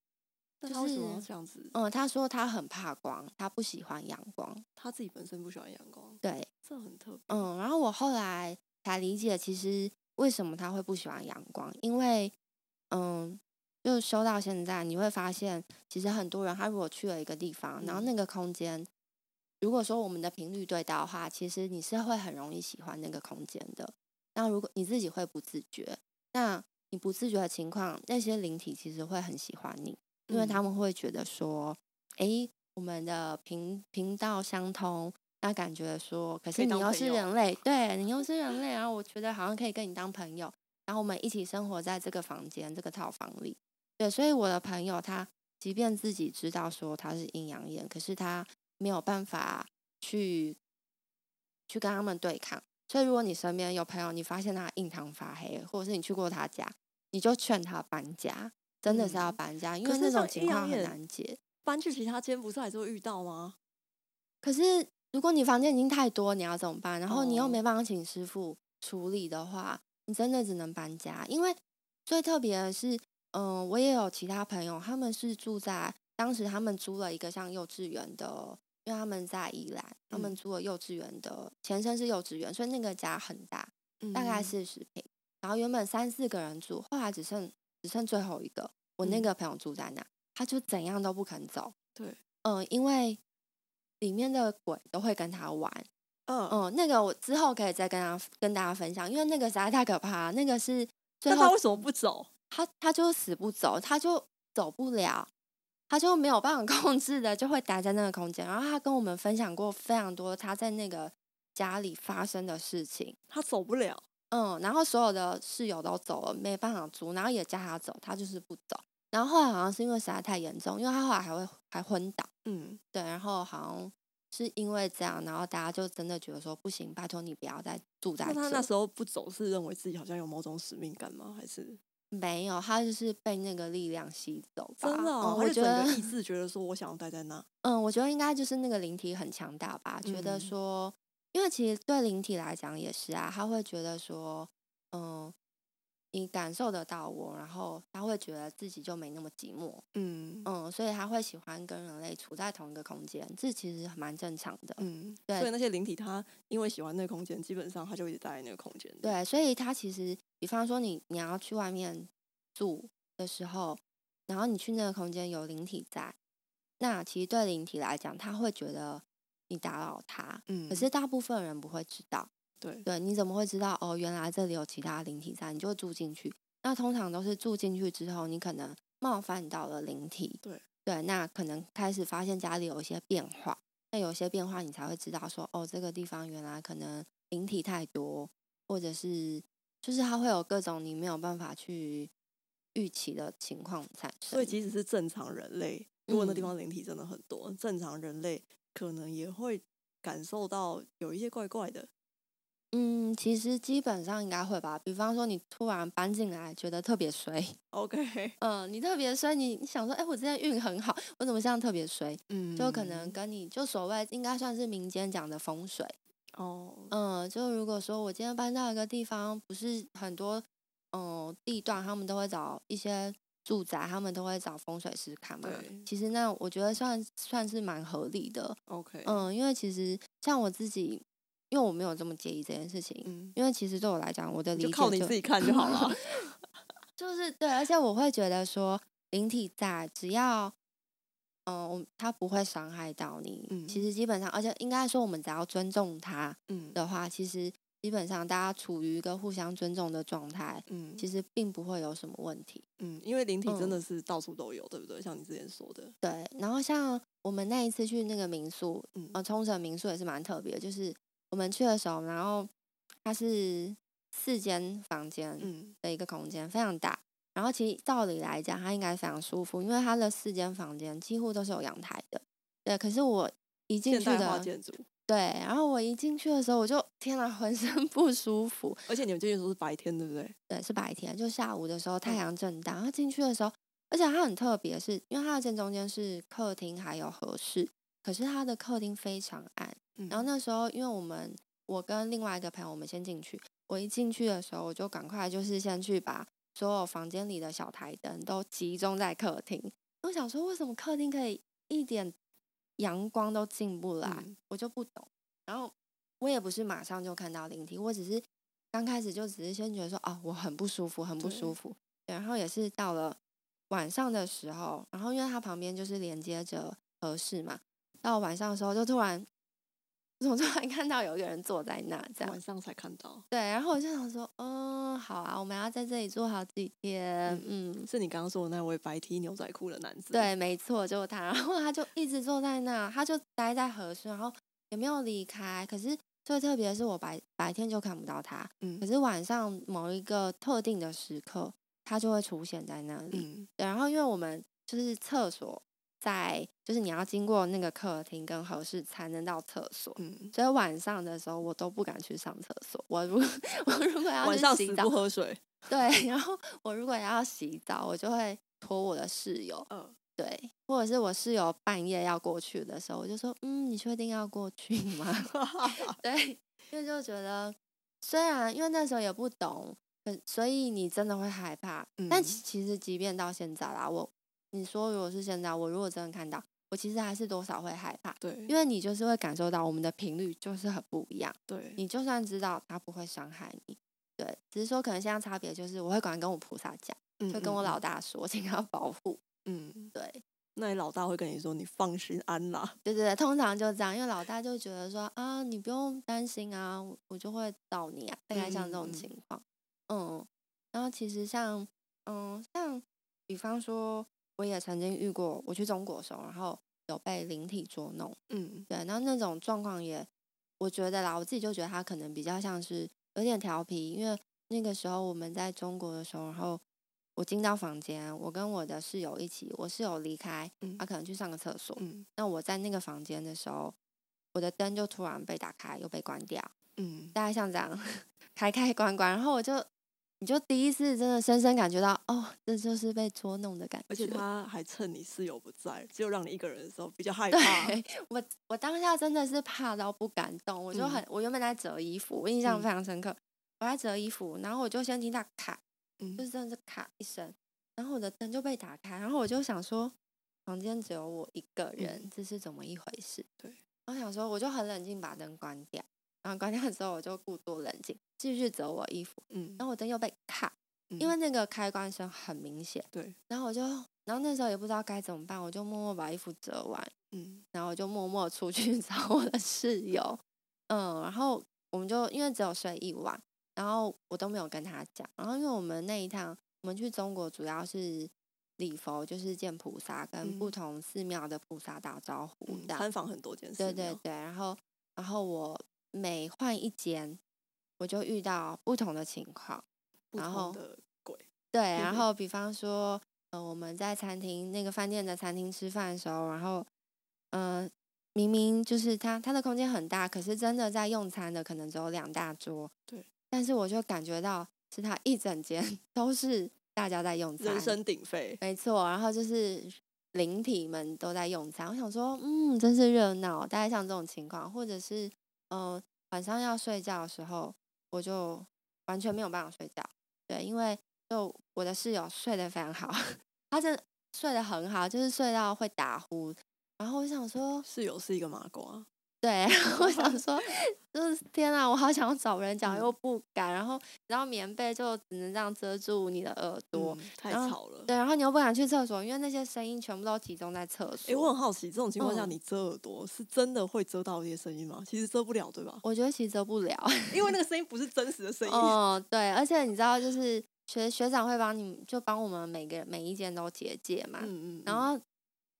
那
就
他为什么要
是
这样子？
嗯，他说他很怕光，他不喜欢阳光。
他自己本身不喜欢阳光，
对，
这很特别。
嗯，然后我后来才理解，其实为什么他会不喜欢阳光，因为，嗯，就修到现在，你会发现，其实很多人他如果去了一个地方，然后
嗯
那个空间，如果说我们的频率对到的话，其实你是会很容易喜欢那个空间的。那如果你自己会不自觉，那你不自觉的情况，那些灵体其实会很喜欢你，因为他
嗯
们会觉得说，诶，我们的频频道相通，那感觉说，可
可
是
以
你
当
又
朋
是
友啊
人类，对你又是人类，然后我觉得好像可以跟你当朋友，然后我们一起生活在这个房间、这个套房里。对，所以我的朋友他即便自己知道说他是阴阳眼，可是他没有办法去去跟他们对抗。所以如果你身边有朋友，你发现他印堂发黑，或者是你去过他家，你就劝他搬家，真的是要
嗯
搬家，因
可
为
是
那种
像
情
阴
况
阳
很
眼
难解。
搬去其他间不是还是会遇到吗？
可是如果你房间已经太多，你要怎么办？然后你又
哦
没办法请师傅处理的话，你真的只能搬家。因为最特别的是，嗯、我也有其他朋友，他们是住在当时他们租了一个像幼稚园的，哦因为他们在宜兰，他们
嗯
租了幼稚园的，前身是幼稚园，所以那个家很大，大概
嗯
四十平。然后原本三四个人住，后来只剩只剩最后一个，我那
嗯
个朋友住在那，他就怎样都不肯走。
对，
嗯、因为里面的鬼都会跟他玩。
嗯，
嗯、那个我之后可以再跟他跟大家分享，因为那个实在太可怕，那个是最
那他
后
为什么不走？
他他就死不走，他就走不了，他就没有办法控 [laughs] 制的，就会待在那个空间。然后他跟我们分享过非常多他在那个家里发生的事情。
他走不了，
嗯，然后所有的室友都走了，没办法租，然后也叫他走，他就是不走。然后后来好像是因为实在太严重，因为他后来还会还昏倒，
嗯，
对，然后好像是因为这样，然后大家就真的觉得说不行，拜托你不要再住在
那他那
这。
时候不走是认为自己好像有某种使命感吗？还是
没有，他就是被那个力量吸走吧。
真的哦、
嗯，
他
我
就
觉
整
得
个意志觉得说我想要待在那，
嗯，我觉得应该就是那个灵体很强大吧，觉得
嗯
说，因为其实对灵体来讲也是啊，他会觉得说，嗯，你感受得到我，然后他会觉得自己就没那么寂寞，
嗯
嗯，所以他会喜欢跟人类处在同一个空间，这其实蛮正常的，
嗯，
对
所以那些灵体他因为喜欢那个空间，基本上他就一直待在那个空间里，
对，所以他其实，比方说你你要去外面住的时候，然后你去那个空间有灵体在，那其实对灵体来讲，他会觉得你打扰他，
嗯，
可是大部分人不会知道，
对，
对，你怎么会知道？哦，原来这里有其他灵体在，你就住进去。那通常都是住进去之后，你可能冒犯到了灵体，
对
对，那可能开始发现家里有一些变化，那有一些变化你才会知道说，哦，这个地方原来可能灵体太多，或者是就是它会有各种你没有办法去预期的情况产生。
所以即使是正常人类，如果那
嗯
地方灵体真的很多，正常人类可能也会感受到有一些怪怪的，
嗯，其实基本上应该会吧。比方说你突然搬进来，觉得特别 [laughs] 衰。
OK，
嗯、你特别衰，你你想说，哎、我之前运很好，我怎么现在特别衰？
嗯
就可能跟你就所谓应该算是民间讲的风水。
哦，
嗯、就如果说我今天搬到一个地方，不是很多嗯、呃地段，他们都会找一些住宅，他们都会找风水师看嘛
对。
其实那我觉得算算是蛮合理的。
OK，
嗯、因为其实像我自己，因为我没有这么介意这件事情。
嗯，
因为其实对我来讲，我的理
就
解
靠你自己看就好
[laughs]
了。
就是对，而且我会觉得说，灵体在只要，嗯、我它不会伤害到你，其
嗯
实基本上，而且应该说，我们只要尊重它
嗯，
的话，其实基本上大家处于一个互相尊重的状态，
嗯
其实并不会有什么问题。
嗯，因为灵体真
嗯
的是到处都有，对不对？像你之前说的，
对，然后像我们那一次去那个民宿，
嗯
呃，冲绳民宿也是蛮特别的，就是我们去的时候，然后它是四间房间
嗯
的一个空间，非常大。然后其实道理来讲，它应该非常舒服，因为它的四间房间几乎都是有阳台的。对，可是我一进
现
去
代化
的，啊
建筑，
对，然后我一进去的时候，我就天哪，浑身 [laughs] 不舒服。
而且你们进去的时候是白天，对不对？
对，是白天，就下午的时候太
嗯
阳正大，然后进去的时候，而且它很特别是，因为它的正中间是客厅还有和室，可是它的客厅非常暗。
嗯
然后那时候，因为我们我跟另外一个朋友，我们先进去，我一进去的时候，我就赶快就是先去把所有房间里的小台灯都集中在客厅。我想说，为什么客厅可以一点阳光都进不来？
嗯
我就不懂。然后我也不是马上就看到灵体，我只是刚开始就只是先觉得说，哦，我很不舒服，很不
对
舒服。对然后也是到了晚上的时候，然后因为它旁边就是连接着合适嘛，到晚上的时候就突然， [laughs] 我怎么突然看到有一个人坐在那这样？
晚上才看到，
对，然后我就想说，嗯，好啊，我们要在这里住好几天，嗯
是你刚刚说的那位白 T 牛仔裤的男子，，
对，没错，就是他。然后他就一直坐在那，他就待在合适，然后也没有离开。可是最特别的是，我白白天就看不到他，可
嗯
是晚上某一个特定的时刻，他就会出现在那里。
嗯
对，然后因为我们就是厕所在，就是你要经过那个客厅跟合适才能到厕所。
嗯，
所以晚上的时候，我都不敢去上厕所。我如果 [laughs] 我如果要
晚
去
上
洗
死
澡
不，喝水，
对，然后我如果要洗澡，我就会拖我的室友，
嗯，
对，或者是我室友半夜要过去的时候，我就说，嗯，你确定要过去吗？ [laughs] 对，因为就觉得虽然因为那时候也不懂，可所以你真的会害怕。但
嗯
其其实即便到现在啦，我你说如果是现在，我如果真的看到，我其实还是多少会害怕，
对
[laughs] 因为你就是会感受到我们的频率就是很不一样。
对，
你就算知道它不会伤害你，对，只是说可能现在差别就是我会赶快跟我菩萨讲，
嗯
就跟我
嗯
老大说，请他保护。
嗯，嗯
对，
那你老大会跟你说，你放心安啦，
对对对，通常就这样，因为老大就觉得说啊，你不用担心啊，我我就会找你啊，大概像这
嗯嗯
种
嗯
情况。嗯然后其实像嗯像，比方说我也曾经遇过，我去中国的时候，然后有被灵体捉弄，
嗯
对，然后那种状况也，我觉得啦，我自己就觉得他可能比较像是有点调皮，因为那个时候我们在中国的时候，然后我进到房间，我跟我的室友一起，我室友离开，
嗯
他可能去上个厕所，
嗯
那我在那个房间的时候，我的灯就突然被打开又被关掉，
嗯，
大概像这样 [laughs] 开开关关，然后我就你就第一次真的深深感觉到，哦，这就是被捉弄的感觉。
而且他还趁你室友不在，只有让你一个人的时候比较害怕，
对我我当下真的是怕到不敢动，我就很、我原本在折衣服，我印象
嗯
非常深刻，我在折衣服，然后我就先听到咔，
嗯
就是真的是咔一声，然后我的灯就被打开，然后我就想说，房间只有我一个人，
嗯
这是怎么一回事？
对，
我想说，我就很冷静把灯关掉，然后关掉之后我就故作冷静，继续折我衣服，
嗯
然后我灯又被咔，
嗯
因为那个开关声很明显，
对，
然后我就，然后那时候也不知道该怎么办，我就默默把衣服折完，
嗯
然后我就默默出去 [laughs] 找我的室友，嗯，然后我们就因为只有睡一晚，然后我都没有跟他讲，然后因为我们那一趟我们去中国主要是礼佛，就是见菩萨，跟不
嗯
同寺庙的菩萨打招呼
嗯，
的，
参访很多哦件事，
对对对，然后然后我每换一间，我就遇到不同的情况，
不
然后
同的鬼，
对，然
嗯
后比方说，呃，我们在餐厅那个饭店的餐厅吃饭的时候，然后，呃，明明就是它它的空间很大，可是真的在用餐的可能只有两大桌，
对，
但是我就感觉到是它一整间 [laughs] 都是大家在用餐
人，声鼎沸，
没错，然后就是灵体们都在用餐，我想说，嗯，真是热闹，大概像这种情况，或者是，嗯、晚上要睡觉的时候，我就完全没有办法睡觉，对，因为就我的室友睡得非常好， [laughs] 他真的睡得很好，就是睡到会打呼，然后我想说，嗯
室友是一个麻瓜，
对， [laughs] 我想说，就是天啊，我好想找人讲，又不敢，然后然后棉被就只能这样遮住你的耳朵，
嗯太
然后
吵了。
对，然后你又不敢去厕所，因为那些声音全部都集中在厕所。
哎、我很好奇，这种情况下
嗯？
你遮耳朵是真的会遮到一些声音吗？其实遮不了，对吧
我觉得其实遮不了，
因为那个声音不是真实的声音。
哦，对，而且你知道，就是学学长会帮你，就帮我们每个每一间都结界嘛。
嗯嗯嗯
然后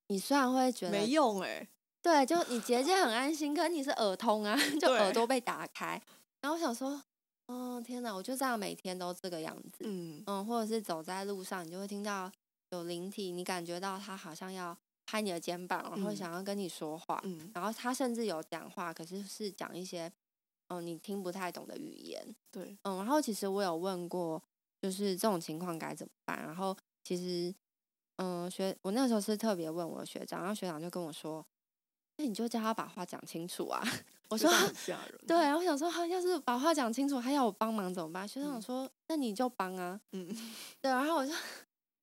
你虽然会觉
没
得
用哎、
对，就你结界很安心，可是你是耳通啊， [laughs] 就耳
对
朵被打开。然后我想说，哦天哪，我就这样每天都这个样子。嗯
嗯，
或者是走在路上，你就会听到有灵体，你感觉到他好像要拍你的肩膀，然后
嗯
想要跟你说话。
嗯，
然后他甚至有讲话，可是是讲一些嗯、呃你听不太懂的语言。
对，
嗯，然后其实我有问过，就是这种情况该怎么办。然后其实，嗯、学我那时候是特别问我学长，然后学长就跟我说：“那你就叫他把话讲清楚
[laughs]
啊。”我
我
说
很吓人。：“
对。”，啊然后我想说，哈要是把话讲清楚，还要我帮忙怎么办？学长
嗯
说：“那你就帮啊。
嗯，”
[laughs] 对，然后我就，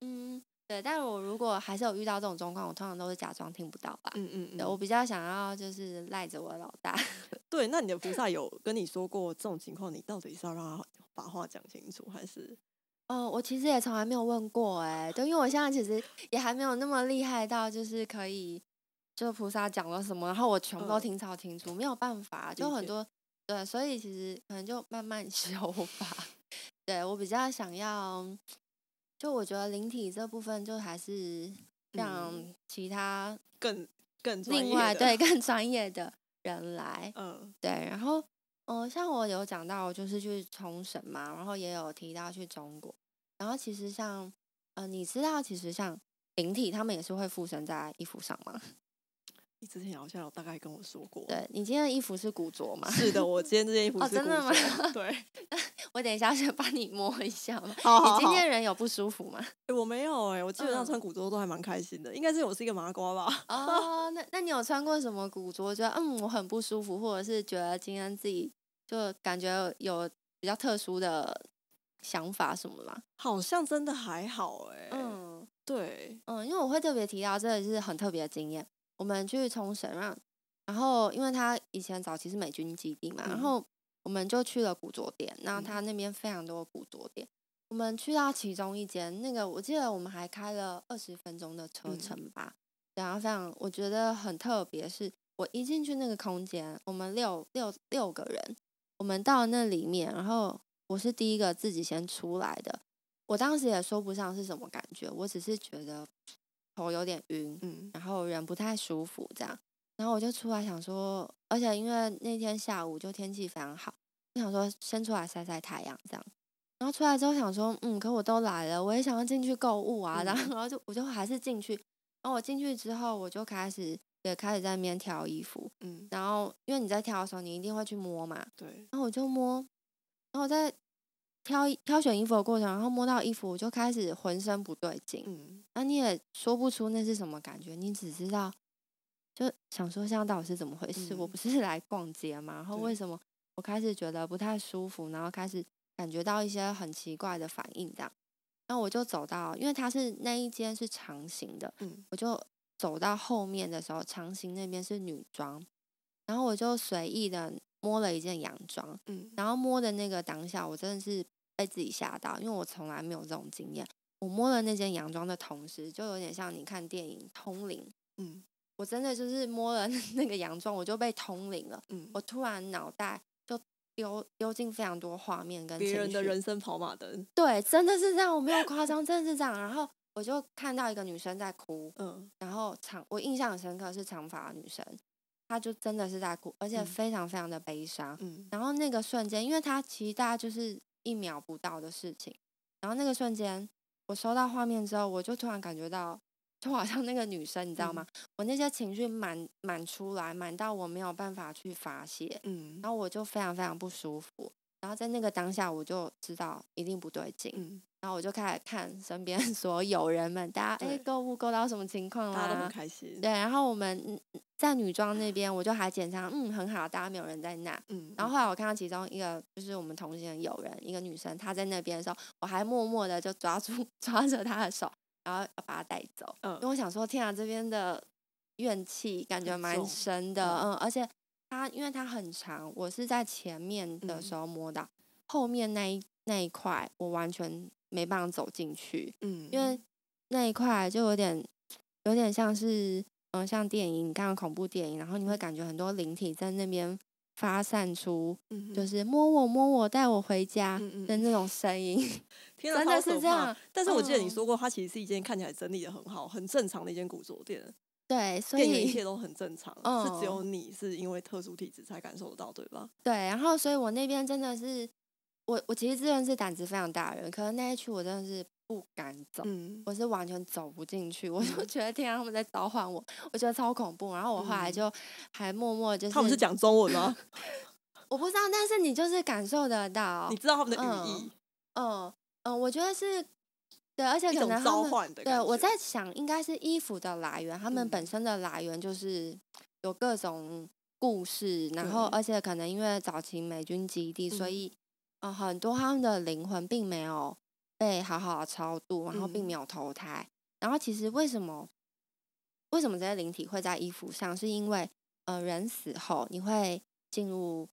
嗯，对。但我如果还是有遇到这种状况，我通常都是假装听不到吧。
嗯嗯
对我
嗯，
比较想要就是赖着我老大。 [laughs]
对，那你的菩萨有跟你说过这种情况，你到底是要让他把话讲清楚，还是
哦，我其实也从来没有问过哎、对，因为我现在其实也还没有那么厉害到，就是可以就菩萨讲了什么，然后我全部都
嗯
听超清楚，没有办法，就
理
很
解
多对，所以其实可能就慢慢 [laughs] 修吧。对我比较想要，就我觉得灵体这部分就还是让
嗯
其他
更更专
另
业
外 [laughs]
的
对？更专业的人来，
嗯
对，然后嗯、呃像我有讲到，就是去冲绳嘛，然后也有提到去中国，然后其实像呃，你知道，其实像灵体他们也是会附身在衣服上嘛。
你之前好像有大概跟我说过，
对你今天的衣服是古着嘛？
是的，我今天这件衣服
哦
是
真
古
的吗
着对，
[laughs] 我等一下先帮你摸一下嘛。
好
你今天人有不舒服吗？
欸我没有哎、我基本
嗯
上穿古着都还蛮开心的，应该是我是一个麻瓜吧？ [laughs]
哦，那那你有穿过什么古着？觉得嗯我很不舒服，或者是觉得今天自己就感觉有比较特殊的想法什么吗？
好像真的还好哎、
嗯。
对，
嗯，因为我会特别提到，这个是很特别的经验。我们去冲绳，让然后因为它以前早期是美军基地嘛，然
嗯
后我们就去了古着店，那
嗯
它那边非常多的古着店。我们去到其中一间，那个我记得我们还开了二十分钟的车
嗯
程吧，对然后非常我觉得很特别，是我一进去那个空间，我们六六六个人，我们到那里面，然后我是第一个自己先出来的，我当时也说不上是什么感觉，我只是觉得头有点晕，
嗯
然后人不太舒服这样，然后我就出来想说，而且因为那天下午就天气非常好，就想说先出来晒晒太阳这样。然后出来之后想说，嗯，可我都来了，我也想要进去购物啊，然后
嗯
然后就我就还是进去，然后我进去之后我就开始也开始在那边挑衣服，
嗯，
然后因为你在挑的时候你一定会去摸嘛，
对，
然后我就摸，然后我在挑衣挑选衣服的过程，然后摸到衣服，我就开始浑身不对劲。
嗯，
那、你也说不出那是什么感觉，你只知道就想说现在到底是怎么回事？我
嗯
不是来逛街嘛，然后为
对
什么我开始觉得不太舒服，然后开始感觉到一些很奇怪的反应这样。然后我就走到，因为它是那一间是长形的，
嗯
我就走到后面的时候，长形那边是女装，然后我就随意的摸了一件洋装，
嗯，
然后摸的那个当下，我真的是被自己吓到，因为我从来没有这种经验。我摸了那件洋装的同时，就有点像你看电影《通灵》，
嗯
我真的就是摸了 [laughs] 那个洋装，我就被通灵了。
嗯
我，突然脑袋就丢丢进非常多画面跟
别
情
人的
绪
人生跑马灯，
对，真的是这样，我没有夸张，真的是这样。然后我就看到一个女生在哭，
嗯
然后长我印象很深刻是长发的女生，她就真的是在哭，而且
嗯
非常非常的悲伤。
嗯
然后那个瞬间，因为它其实大概就是一秒不到的事情，然后那个瞬间，我收到画面之后，我就突然感觉到，就好像那个女生，你知道吗？
嗯
我那些情绪满满出来，满到我没有办法去发泄，
嗯
然后我就非常非常不舒服。然后在那个当下，我就知道一定不对劲，
嗯，
然后我就开始看身边 [laughs] 所有人们，大家哎
对
购物购到什么情况啦、
大家都很开心，
啊对，然后我们嗯在女装那边，我就还检查，嗯，很好，大家没有人在那。
嗯，
然后后来我看到其中一个就是我们同行的友人，一个女生，她在那边的时候，我还默默的就抓住 [laughs] 抓着她的手，然后要把她带走，
嗯
因为我想说，天啊，这边的怨气感觉
很
蛮
重
深的，嗯，而且它因为它很长，我是在前面
嗯
的时候摸到，后面那一那一块我完全没办法走进去，
嗯，
因为那一块就有点有点像是嗯、呃像电影，你看恐怖电影，然后你会感觉很多灵体在那边发散出，
嗯
就
哼
是摸我摸我带我回家
嗯嗯
的那种声音， [laughs]
天哪
真的
超可
是这
怕
样
但是我记得你
嗯
说过，它其实是一间看起来整理的很好、很正常的一间古着店，
对，所
店员一
以
切都很正常，是
嗯
只有你是因为特殊体质才感受得到，对吧？
[laughs] 对，然后所以我那边真的是我我其实自认是胆子非常大的人，可是那一区我真的是不敢走。
嗯，
我是完全走不进去，我就
嗯
觉得天啊，他们在召唤我，我觉得超恐怖。然后我后来
嗯
就还默默就是，
他们是讲中文吗？
我不知道，但是你就是感受得到
你，知道他们的语
嗯
义，
嗯嗯，我觉得是对，而且
一
可
种
能他
召
们
唤的感
对
觉。
我在想，应该是衣服的来源，他们
嗯
本身的来源就是有各种故事，然后
对
而且可能因为早期美军基地，所
嗯
以呃很多他们的灵魂并没有被好好的超度，然后
嗯
并没有投胎。然后其实为什么为什么这些灵体会在衣服上，是因为呃人死后你会进入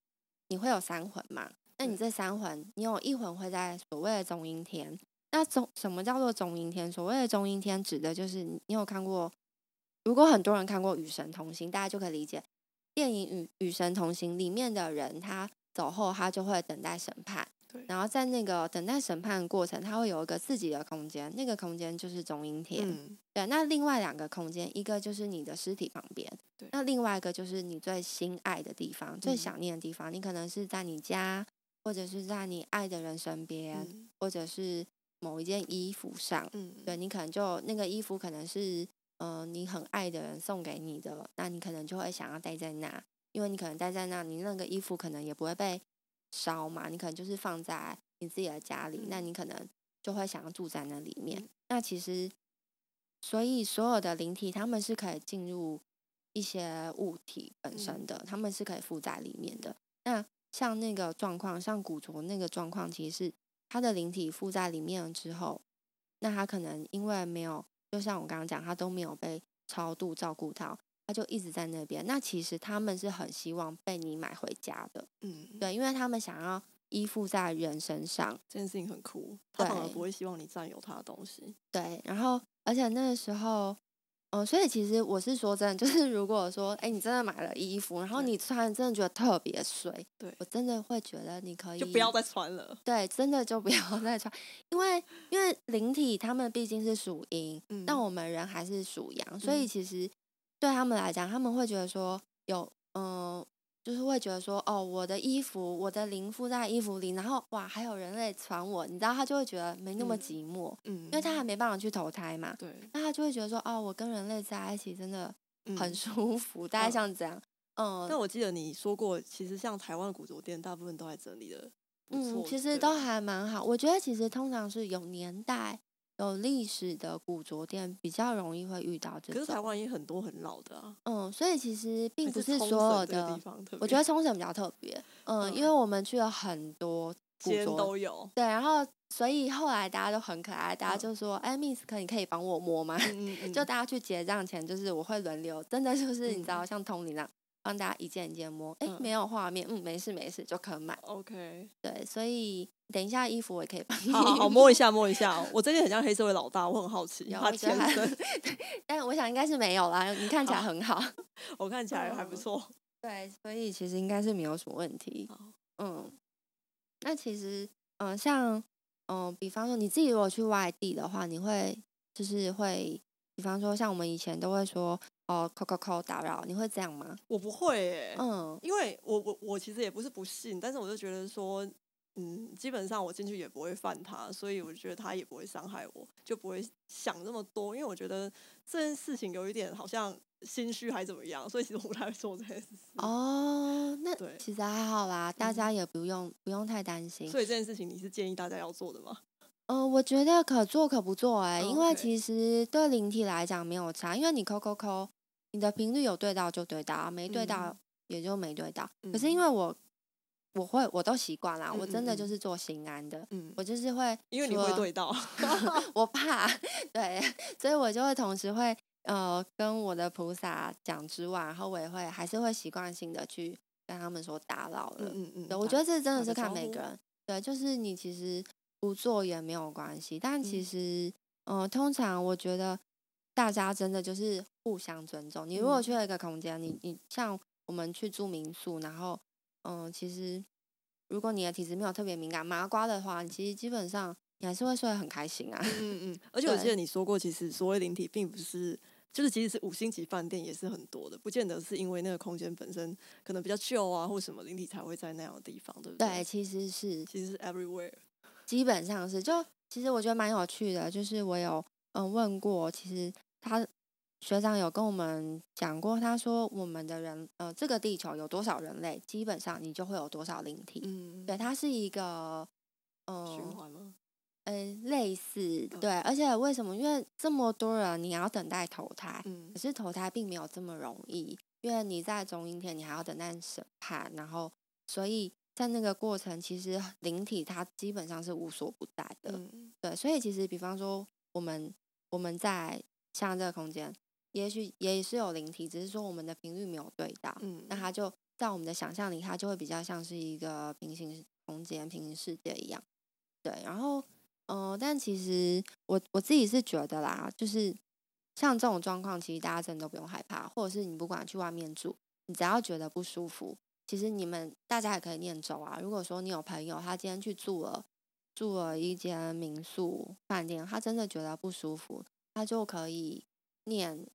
你会有三魂嘛？那你
对
这三魂，你有一魂会在所谓的中阴天。那中什么叫做中阴天？所谓的中阴天指的就是你你有看过，如果很多人看过《与神同行》，大家就可以理解电影《与与神同行》里面的人，他走后他就会等待审判
对，
然后在那个等待审判的过程，他会有一个自己的空间，那个空间就是中阴天。
嗯，
对，那另外两个空间，一个就是你的尸体旁边
对，
那另外一个就是你最心爱的地方、最
嗯
想念的地方。你可能是在你家，或者是在你爱的人身边，
嗯
或者是某一件衣服上。
嗯，
对你可能就那个衣服可能是嗯、呃你很爱的人送给你的，那你可能就会想要待在那，因为你可能待在那，你那个衣服可能也不会被烧嘛，你可能就是放在你自己的家里，那
嗯
你可能就会想要住在那里面。
嗯
那其实，所以所有的灵体他们是可以进入一些物体本身
嗯
的，他们是可以附在里面的。那像那个状况，像古着那个状况，其实是它的灵体附在里面之后，那他可能因为没有，就像我刚刚讲，他都没有被超度照顾到，他就一直在那边。那其实他们是很希望被你买回家的，
嗯，
对，因为他们想要依附在人身上，
这件事情很酷，他反而不
对
会希望你占有他的东西。
对。然后，而且那个时候，嗯，所以其实我是说真的，就是如果说，哎，你真的买了衣服，然后
对
你穿，真的觉得特别水，
对
我真的会觉得你可以
就不要再穿了，
对，真的就不要再穿，因为因为灵体他们毕竟是属阴，
嗯
但我们人还是属阳，所以
嗯
其实对他们来讲，他们会觉得说有嗯、呃就是会觉得说哦，我的衣服，我的灵附在衣服里，然后哇，还有人类传我，你知道他就会觉得没那么
嗯
寂寞，
嗯，因
因为他还没办法去投胎嘛，
对，
那他就会觉得说哦，我跟人类在一起真的很 [laughs]
嗯
舒服，大概
嗯
像这样，嗯，
但我记得你说过，其实像台湾的古着店，大部分都还整理的不错，
嗯，其
对
实都
吧
还蛮好。我觉得其实通常是有年代、有历史的古着店比较容易会遇到这
可是台
种。
湾也很多很老的啊，
嗯，所以其实并
还
不
是冲绳
所有
这个
的
地，方特别，
我觉得冲绳比较特别。嗯，因
嗯
为我们去了很多古
间
着，
都有。
对，然后所以后来大家都很可爱，大家
嗯
就说：“哎，Miss，可你可以帮我摸吗？” [laughs]
嗯嗯，
就
嗯
大家去结账前，就是我会轮流，真的就是你知
嗯
道，像通灵那样帮大家一件一件摸。哎，
嗯
没有画面，嗯，没事没事，就可买。
OK，
对，所以等一下衣服我也可以帮你。
好 [laughs] 好好摸一下摸一下哦，我这边很像黑社会老大，我很好奇
有
他
我觉得
前
还
身，
[laughs]
[laughs]
但我想应该是没有啦，你看起来
好
很好。
我看起来还不
嗯
错。
[laughs] 对，所以其实应该是没有什么问题
好。
嗯，那其实，嗯、像，嗯、比方说你自己如果去外地的话，你会就是会，比方说像我们以前都会说，哦，扣扣扣打扰，你会这样吗？
我不会诶、
嗯
因为我我我其实也不是不信，但是我就觉得说，嗯，基本上我进去也不会犯他，所以我觉得他也不会伤害我，就不会想那么多。因为我觉得这件事情有一点好像心虚还怎么样，所以其实我不太会做这件 [laughs] 事。
哦，那
嗯对
其实还好啦，大
嗯
家也不用、不用太担心。
所以这件事情你是建议大家要做的吗？
呃，我觉得可做可不做哎、
嗯
因为
，OK
其实对灵体来讲没有差，因为你抠抠抠，你的频率有对到就对到，没对到
嗯
也就没对到。可是
嗯
因为我我会我都习惯啦，我
嗯
真的
嗯
就
嗯
是做心安的，
嗯，
我就是会
因为你
除
会
了
对到，
[laughs] 我怕，对，所以我就会同时会呃跟我的菩萨讲之外，然后我也会还是会习惯性的去被他们所打扰了。
嗯嗯
对，
嗯，
我觉
得
得这真
打
的是
个
看
招
每
呼
个人。对，就是你其实不做也没有关系，但其
嗯
实，嗯、通常我觉得大家真的就是互相尊重。你如果
嗯
去了一个空间，你你像我们去住民宿，然后，嗯、其实如果你的体质没有特别敏感，麻瓜的话，你其实基本上你还是会睡得很开心啊。
嗯嗯，而且我记
对
得你说过，其实所谓灵体并不是。就是其实是五星级饭店也是很多的，不见得是因为那个空间本身可能比较旧啊，或什么灵体才会在那样的地方，对
[laughs]
不
对，？其实是
其实是 everywhere。
基本上是，就其实我觉得蛮有趣的，就是我有嗯问过，其实他学长有跟我们讲过，他说我们的人呃这个地球有多少人类，基本上你就会有多少灵体。
嗯，
对，它是一个
循
嗯
环吗？
嗯类似
嗯
对，而且为什么？因为这么多人，你要等待投胎，
嗯
可是投胎并没有这么容易，因为你在中阴天，你还要等待审判，然后所以在那个过程，其实灵体它基本上是无所不在的。
嗯
对，所以其实比方说，我们我们在像这个空间，也许也是有灵体，只是说我们的频率没有对到，
嗯，
那它就在我们的想象里，它就会比较像是一个平行空间、平行世界一样。对，然后嗯、呃但其实我我自己是觉得啦，就是像这种状况，其实大家真的都不用害怕，或者是你不管去外面住，你只要觉得不舒服，其实你们大家也可以念咒啊。如果说你有朋友他今天去住了住了一间民宿饭店，他真的觉得不舒服，他就可以念。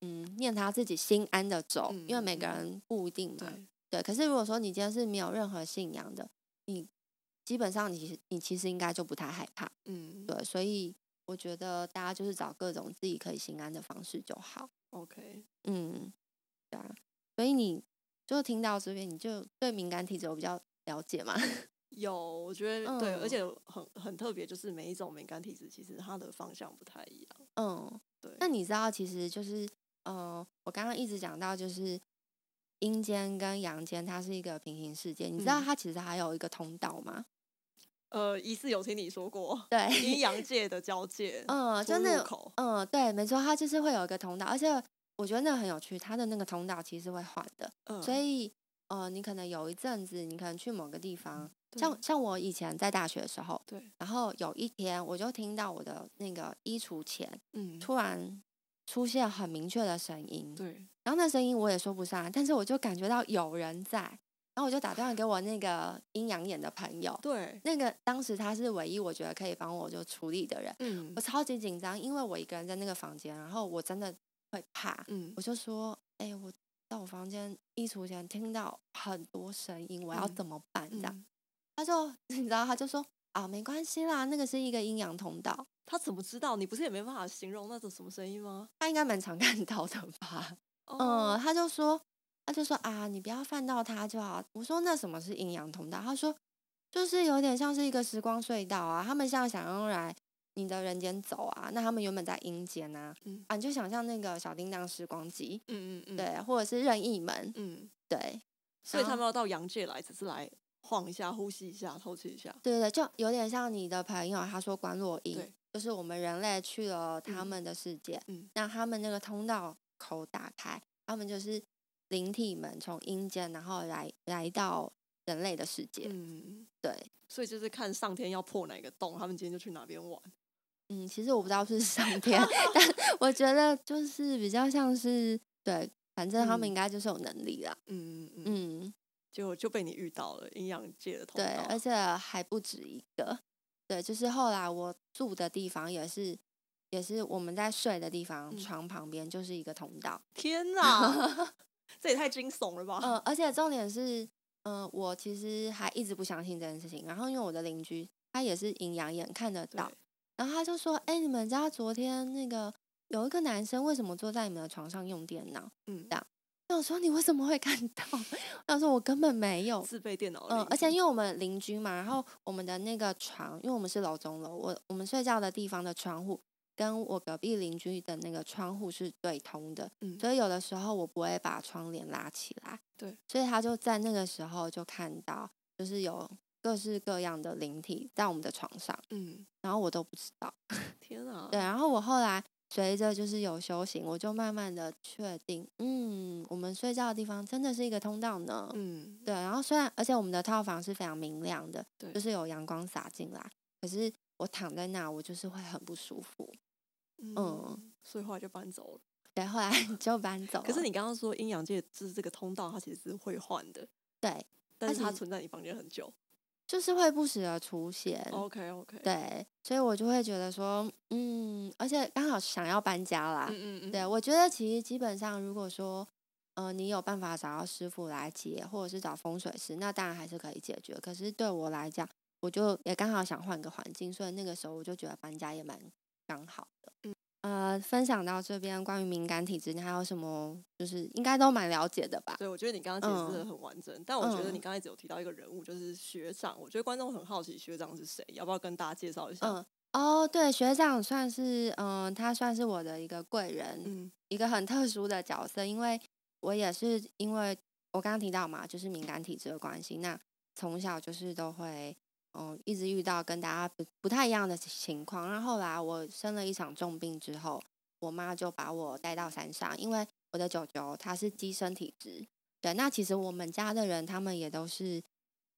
嗯，念他自己心安的咒，因为每个
嗯嗯
人不一定嘛，
对，
对，可是如果说你今天是没有任何信仰的，你基本上你其实你其实应该就不太害怕，
嗯，
对，所以我觉得大家就是找各种自己可以心安的方式就好，
，OK，
嗯，对啊，所以你就听到这边，你就对敏感体质有比较了解嘛？ [laughs]
有，我觉得对，而
嗯
且很很特别，就是每一种敏感体质其实它的方向不太一样。
嗯，
对，
那你知道其实就是，呃，我刚刚一直讲到就是阴间跟阳间它是一个平行世界，你知道
嗯
它其实还有一个通道吗？ [laughs]
呃，疑似有听你说过
对，
阴阳界的交界，
嗯，
出
真的
入口，
嗯，对，没错，它就是会有一个通道，而且我觉得那个很有趣，它的那个通道其实是会换的，
嗯，
所以呃，你可能有一阵子，你可能去某个地方，像
嗯对
像我以前在大学的时候，
对，
然后有一天我就听到我的那个衣橱前
嗯，
突然出现很明确的声音，
对，
然后那声音我也说不上来，但是我就感觉到有人在，然后我就打电话给我那个阴阳眼的朋友，
对，
那个当时他是唯一我觉得可以帮我就处理的人。
嗯
我超级紧张，因为我一个人在那个房间，然后我真的会怕。
嗯
我，就说：“哎、我到我房间衣橱前听到很多声音，我要
嗯
怎么办？”这样，
嗯
他就 [laughs] 你知道，他就说：“啊，没关系啦，那个是一个阴阳通道，
他怎么知道？你不是也没办法形容那种什么声音吗？
他应该蛮常看到的吧？”嗯，
哦，
他就说，他就说啊，你不要犯到他就好。我说那什么是阴阳通道？他说就是有点像是一个时光隧道啊，他们像想要来你的人间走啊，那他们原本在阴间啊，
嗯
啊，你就想象那个小叮当时光机，
嗯嗯嗯，，
对，或者是任意门，
嗯，
对，
所以
然
他
后
们要到阳界来，只是来晃一下、呼吸一下、透气一下。
对对对，就有点像你的朋友他说关洛音
对，
就是我们人类去了他
嗯
们的世界，
嗯
那他们那个通道口打开，他们就是灵体们从阴间然后来来到人类的世界，
嗯，
对。
所以就是看上天要破哪个洞，他们今天就去哪边玩。
嗯，其实我不知道是
[laughs]
上天，但我觉得就是比较像是对，反正他们
嗯
应该就是有能力啦。
嗯嗯嗯，
嗯，
就就被你遇到了阴阳界的通
对，
道。
而且还不止一个。对，就是后来我住的地方也是，也是我们在睡的地方，
嗯
床旁边就是一个通道。 [laughs]
天哪，这也太惊悚了吧！
嗯、而且重点是，嗯、我其实还一直不相信这件事情。然后因为我的邻居他也是阴阳眼看得
对
到，然后他就说：“哎、你们家昨天那个有一个男生为什么坐在你们的床上用电脑
嗯，？”
那我说：“你为什么会看到？”我想说：“我根本没有。”
自备电脑的
嗯
邻，居，
而且因为我们邻居嘛，然后我们的那个床，因为我们是楼中楼，我我们睡觉的地方的窗户跟我隔壁邻居的那个窗户是对通的，
嗯
所以有的时候我不会把窗帘拉起来，
对，
所以他就在那个时候就看到，就是有各式各样的灵体在我们的床上，
嗯，
然后我都不知道，
天哪，
对，然后我后来随着就是有修行，我就慢慢的确定，嗯，我们睡觉的地方真的是一个通道呢。
嗯，
对，然后虽然而且我们的套房是非常明亮的，
对
就是有阳光洒进来，可是我躺在那，我就是会很不舒服。嗯
嗯，所以后来就搬走了。
对，后来 [laughs] 就搬走了。
可是你刚刚说阴阳界就是这个通道，它其实是会换的，
对，它
但是
其
它
实
存在你房间很久。
就是会不时的出现。
OK OK，，
对，所以我就会觉得说，嗯，而且刚好想要搬家啦。
嗯嗯嗯，
啊对，我觉得其实基本上，如果说，呃，你有办法找到师傅来解，或者是找风水师，那当然还是可以解决。可是对我来讲，我就也刚好想换个环境，所以那个时候我就觉得搬家也蛮刚好的。
嗯，
呃，分享到这边，关于敏感体质，你还有什么就是应该都蛮了解的吧？
对，我觉得你刚刚解释的
嗯
很完整，但我觉得
嗯
你刚才只有提到一个人物，就是学长。我觉得观众很好奇学长是谁，要不要跟大家介绍一下？
嗯，哦，对，学长算是，嗯、他算是我的一个贵人，
嗯
一个很特殊的角色，因为我也是因为我刚刚提到嘛，就是敏感体质的关系，那从小就是都会嗯一直遇到跟大家不不太一样的情况。然后后来我生了一场重病之后，我妈就把我带到山上，因为我的舅舅他是鸡生体质，对，那其实我们家的人他们也都是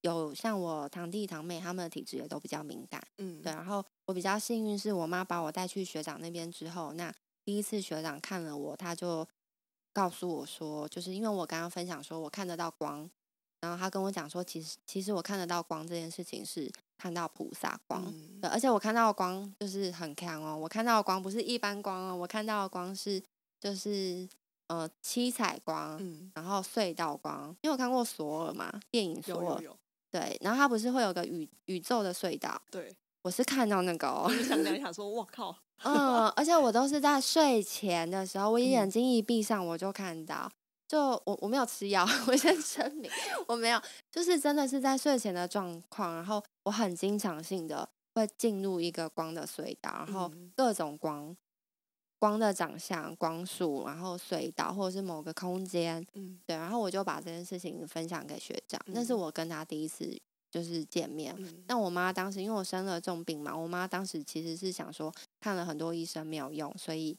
有像我堂弟堂妹他们的体质也都比较敏感。
嗯，
对，然后我比较幸运是我妈把我带去学长那边之后，那第一次学长看了我，他就告诉我说，就是因为我刚刚分享说我看得到光，然后他跟我讲说，其实其实我看得到光这件事情是看到菩萨光。
嗯
对，而且我看到的光就是很强哦，我看到的光不是一般光哦，我看到的光是就是呃七彩光，
嗯，
然后隧道光，因为我看过索尔嘛，电影索
有有
尔，
有，
对，然后它不是会有个宇宇宙的隧道，
对，
我是看到那个哦
我，就想讲一想说，哇靠，
嗯，而且我都是在睡前的时候，我眼
嗯
睛一闭上我就看到，就我我没有吃药，我先声明我没有，就是真的是在睡前的状况，然后我很经常性的会进入一个光的隧道，然后
嗯
各种光。光的长相、光束，然后隧道或者是某个空间， [laughs]
嗯
对，然后我就把这件事情分享给学长，那是
嗯
我跟他第一次就是见面，
嗯，
那我妈当时因为我生了重病嘛，我妈当时其实是想说看了很多医生没有用，所以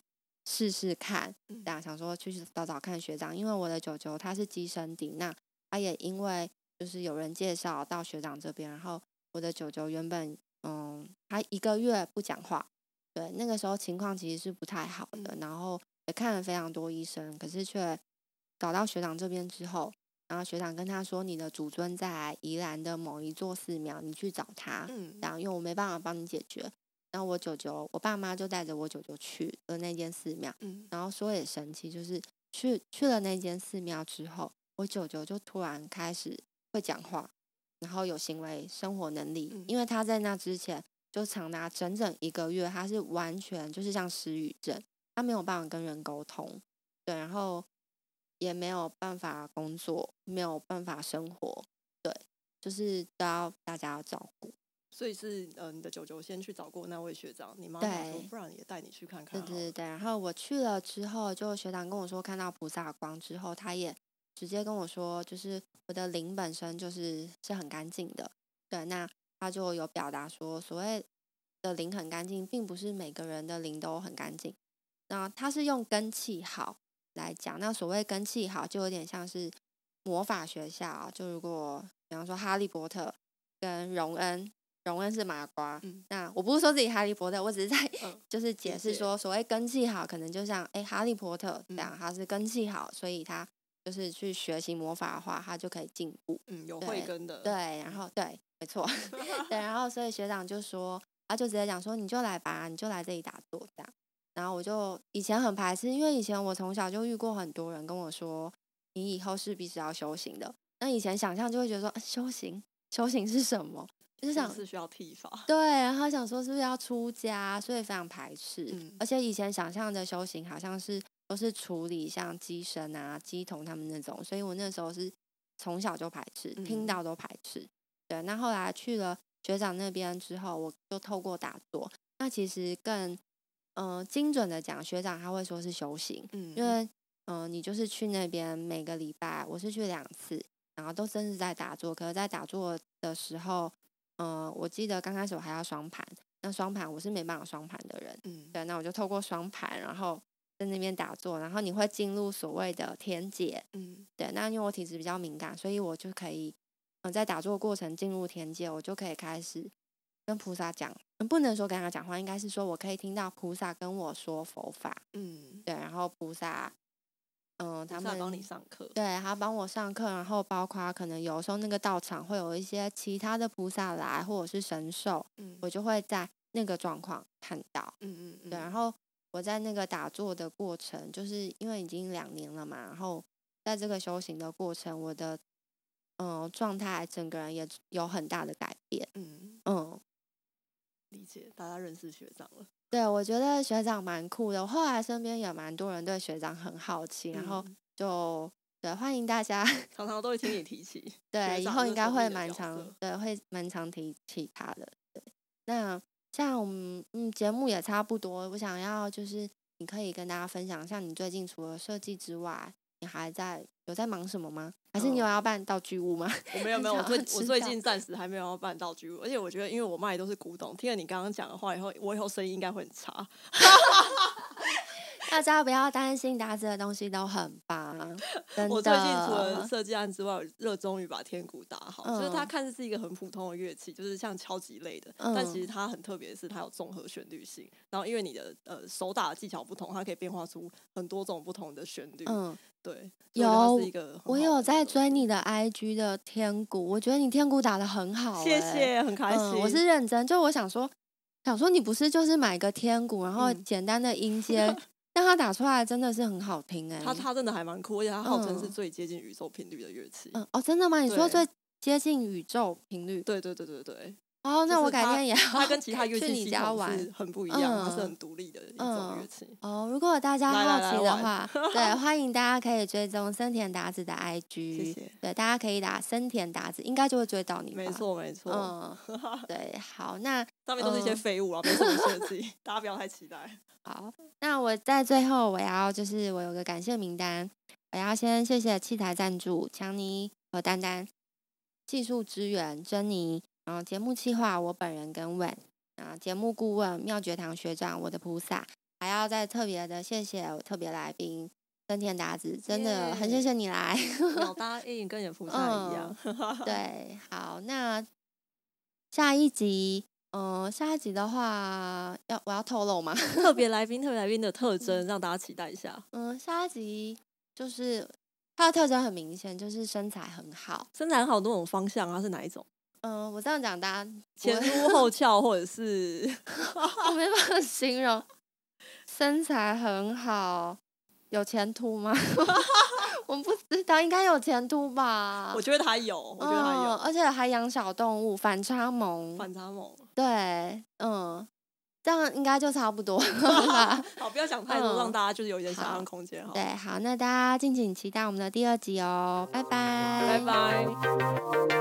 试试看，
嗯
这样想说去找找看学长，因为我的舅舅他是鸡生底，那他也因为就是有人介绍到学长这边，然后我的舅舅原本嗯他一个月不讲话，对，那个时候情况其实是不太好的，
嗯
然后也看了非常多医生，可是却找到学长这边之后，然后学长跟他说：“你的祖尊在宜兰的某一座寺庙，你去找他。”
嗯
这样，因为我没办法帮你解决。然后我舅舅，我爸妈就带着我舅舅去了那间寺庙。
嗯
然后说也神奇，就是去去了那间寺庙之后，我舅舅就突然开始会讲话，然后有行为生活能力，
嗯
因为他在那之前就长达整整一个月，他是完全就是像失语症，他没有办法跟人沟通，对，然后也没有办法工作，没有办法生活，对，就是都要大家要照顾。
所以是呃，你的舅舅先去找过那位学长，你妈妈说
对，
不然也带你去看
对
看好了，
对对对，然后我去了之后，就学长跟我说看到菩萨光之后，他也直接跟我说，就是我的灵本身就是是很干净的。对，那他就有表达说，所谓的灵很干净，并不是每个人的灵都很干净。那他是用根气好来讲，那所谓根气好，就有点像是魔法学校，啊就如果比方说哈利波特跟荣恩，荣恩是麻瓜，
嗯
那我不是说自己哈利波特，我只是在、
嗯
就是解
理
释
解
说，所谓根气好，可能就像哎、诶哈利波特这样，
嗯
他是根气好，所以他就是去学习魔法的话，他就可以进步。
嗯，有
对
慧根的，
对，，然后对，没错，对，然后所以学长就说，他就直接讲说，你就来吧，你就来这里打坐这样。然后我就以前很排斥，因为以前我从小就遇过很多人跟我说，你以后势必是要修行的。那以前想象就会觉得说，啊修行，修行是什么？
[laughs]
就是
是
想
不是需要剃发，
对，然后想说是不是要出家，所以非常排斥。
嗯
而且以前想象的修行好像是都是处理像鸡神啊、鸡童他们那种，所以我那时候是从小就排斥，听
嗯
到都排斥。对，那后来去了学长那边之后，我就透过打坐，那其实更嗯、呃精准的讲，学长他会说是修行，
嗯，
因为嗯、呃你就是去那边每个礼拜，我是去两次，然后都呃真是在打坐。可是，在打坐的时候，嗯、我记得刚开始我还要双盘，那双盘我是没办法双盘的人，
嗯，
对，那我就透过双盘，然后在那边打坐，然后你会进入所谓的天界，
嗯，
对，那因为我体质比较敏感，所以我就可以，嗯，在打坐的过程进入天界，我就可以开始跟菩萨讲，嗯不能说跟他讲话，应该是说我可以听到菩萨跟我说佛法，
嗯，
对，然后菩萨，嗯，他
菩
们
萨帮你上课，
对，他帮我上课，然后包括可能有时候那个道场会有一些其他的菩萨来，或者是神兽，
嗯
我就会在那个状况看到。
嗯嗯，
对，啊然后我在那个打坐的过程，就是因为已经两年了嘛，然后在这个修行的过程，我的嗯、呃状态整个人也有很大的改变。
嗯，
嗯，
理解，大家认识学长了，
对，我觉得学长蛮酷的。我后来身边也蛮多人对学长很好奇，然后
嗯
就对欢迎大家 [laughs]
常常都会听你提起，
对，以
长
后
是
应该
神秘
会
的
蛮
角
常
色
对，会蛮常提起他的。对，那像我们嗯节目也差不多，我想要就是你可以跟大家分享一下，你最近除了设计之外，你还在有在忙什么吗？还是你有
嗯
要办道具屋吗？ [laughs]
我没有
很
没有，我
想
最
要
我
知
最
道
近暂时还没有要办道具屋，而且我觉得，因为我卖的都是古董，听了你刚刚讲的话以后，我以后生意应该会很差。
大家不要担心，大家这的东西都很棒，真的。嗯
我最近除了设计案之外，我热衷于把天鼓打好，就是它
嗯
看似是一个很普通的乐器，就是像敲击类的，但
嗯
其实它很特别，是它有综合旋律性。然后因为你的呃手打的技巧不同，它可以变化出很多种不同的旋律。
嗯，
对，所以我觉得它是一个很
我
好
有
玩
在
的
追
东
你
西，
的 IG 的天鼓，我觉得你天鼓打的很好、
谢
欸
谢，很开心。
嗯，我是认真，就我想说，想说你不是就是买个天鼓，然后
嗯
简单的
[laughs]
音阶，但它打出来真的是很好听哎、
它它真的还蛮酷，而且它号称是
嗯
最接近宇宙频率的乐器。
嗯哦，真的吗？你说
对
最接近宇宙频率
对对对对对，
哦，那
就
我
是
改
它
天也要 [laughs]
它跟其他乐
去
器
你
系
家
统
玩
是很不一样，它是
嗯
很独立的一种乐
嗯
器。
哦。如果大家
来来来
好奇的
玩
话，
[laughs]
对，欢迎大家可以追踪森田达子的 IG，
谢谢
对，大家可以打森田达子，应该就会追到你，
没。错没错，
嗯，对，好，那
上面都是一些
嗯
废物啊，没什么设计，大家不要太
[laughs]
期待。
好，那我在最后我要就是我有个感谢名单，我要先谢谢器材赞助强尼和丹丹，技术支援珍妮，然后节目企划我本人跟 Wen，啊节目顾问妙觉堂学长我的菩萨，还要再特别的谢谢我特别来宾森田达子，真的很谢
耶
谢你来。
老大一跟演菩萨一样，
嗯对，好，那下一集，嗯、下一集的话要我要透露吗？
[laughs] 特别来宾特别来宾的特征让大家期待一下，
嗯，下一集就是他的特征很明显，就是身材很好。
身材好多种方向，啊它是哪一种？
嗯，我这样讲大家
前
我
凸后翘，或者是 [laughs] 哦
我没办法 [laughs] 形容，身材很好，有前途吗？ [laughs] 我不知道，应该有前途吧。
我觉得它有，我觉得它
嗯，
有
而且还养小动物，反差萌。
反差萌。
对，嗯，这样应该就差不多了
[laughs]
吧。
好，不要想太多，
嗯
让大家就是有一点想象
好
空间。好，
对，好，那大家敬请期待我们的第二集哦，拜拜，
拜拜。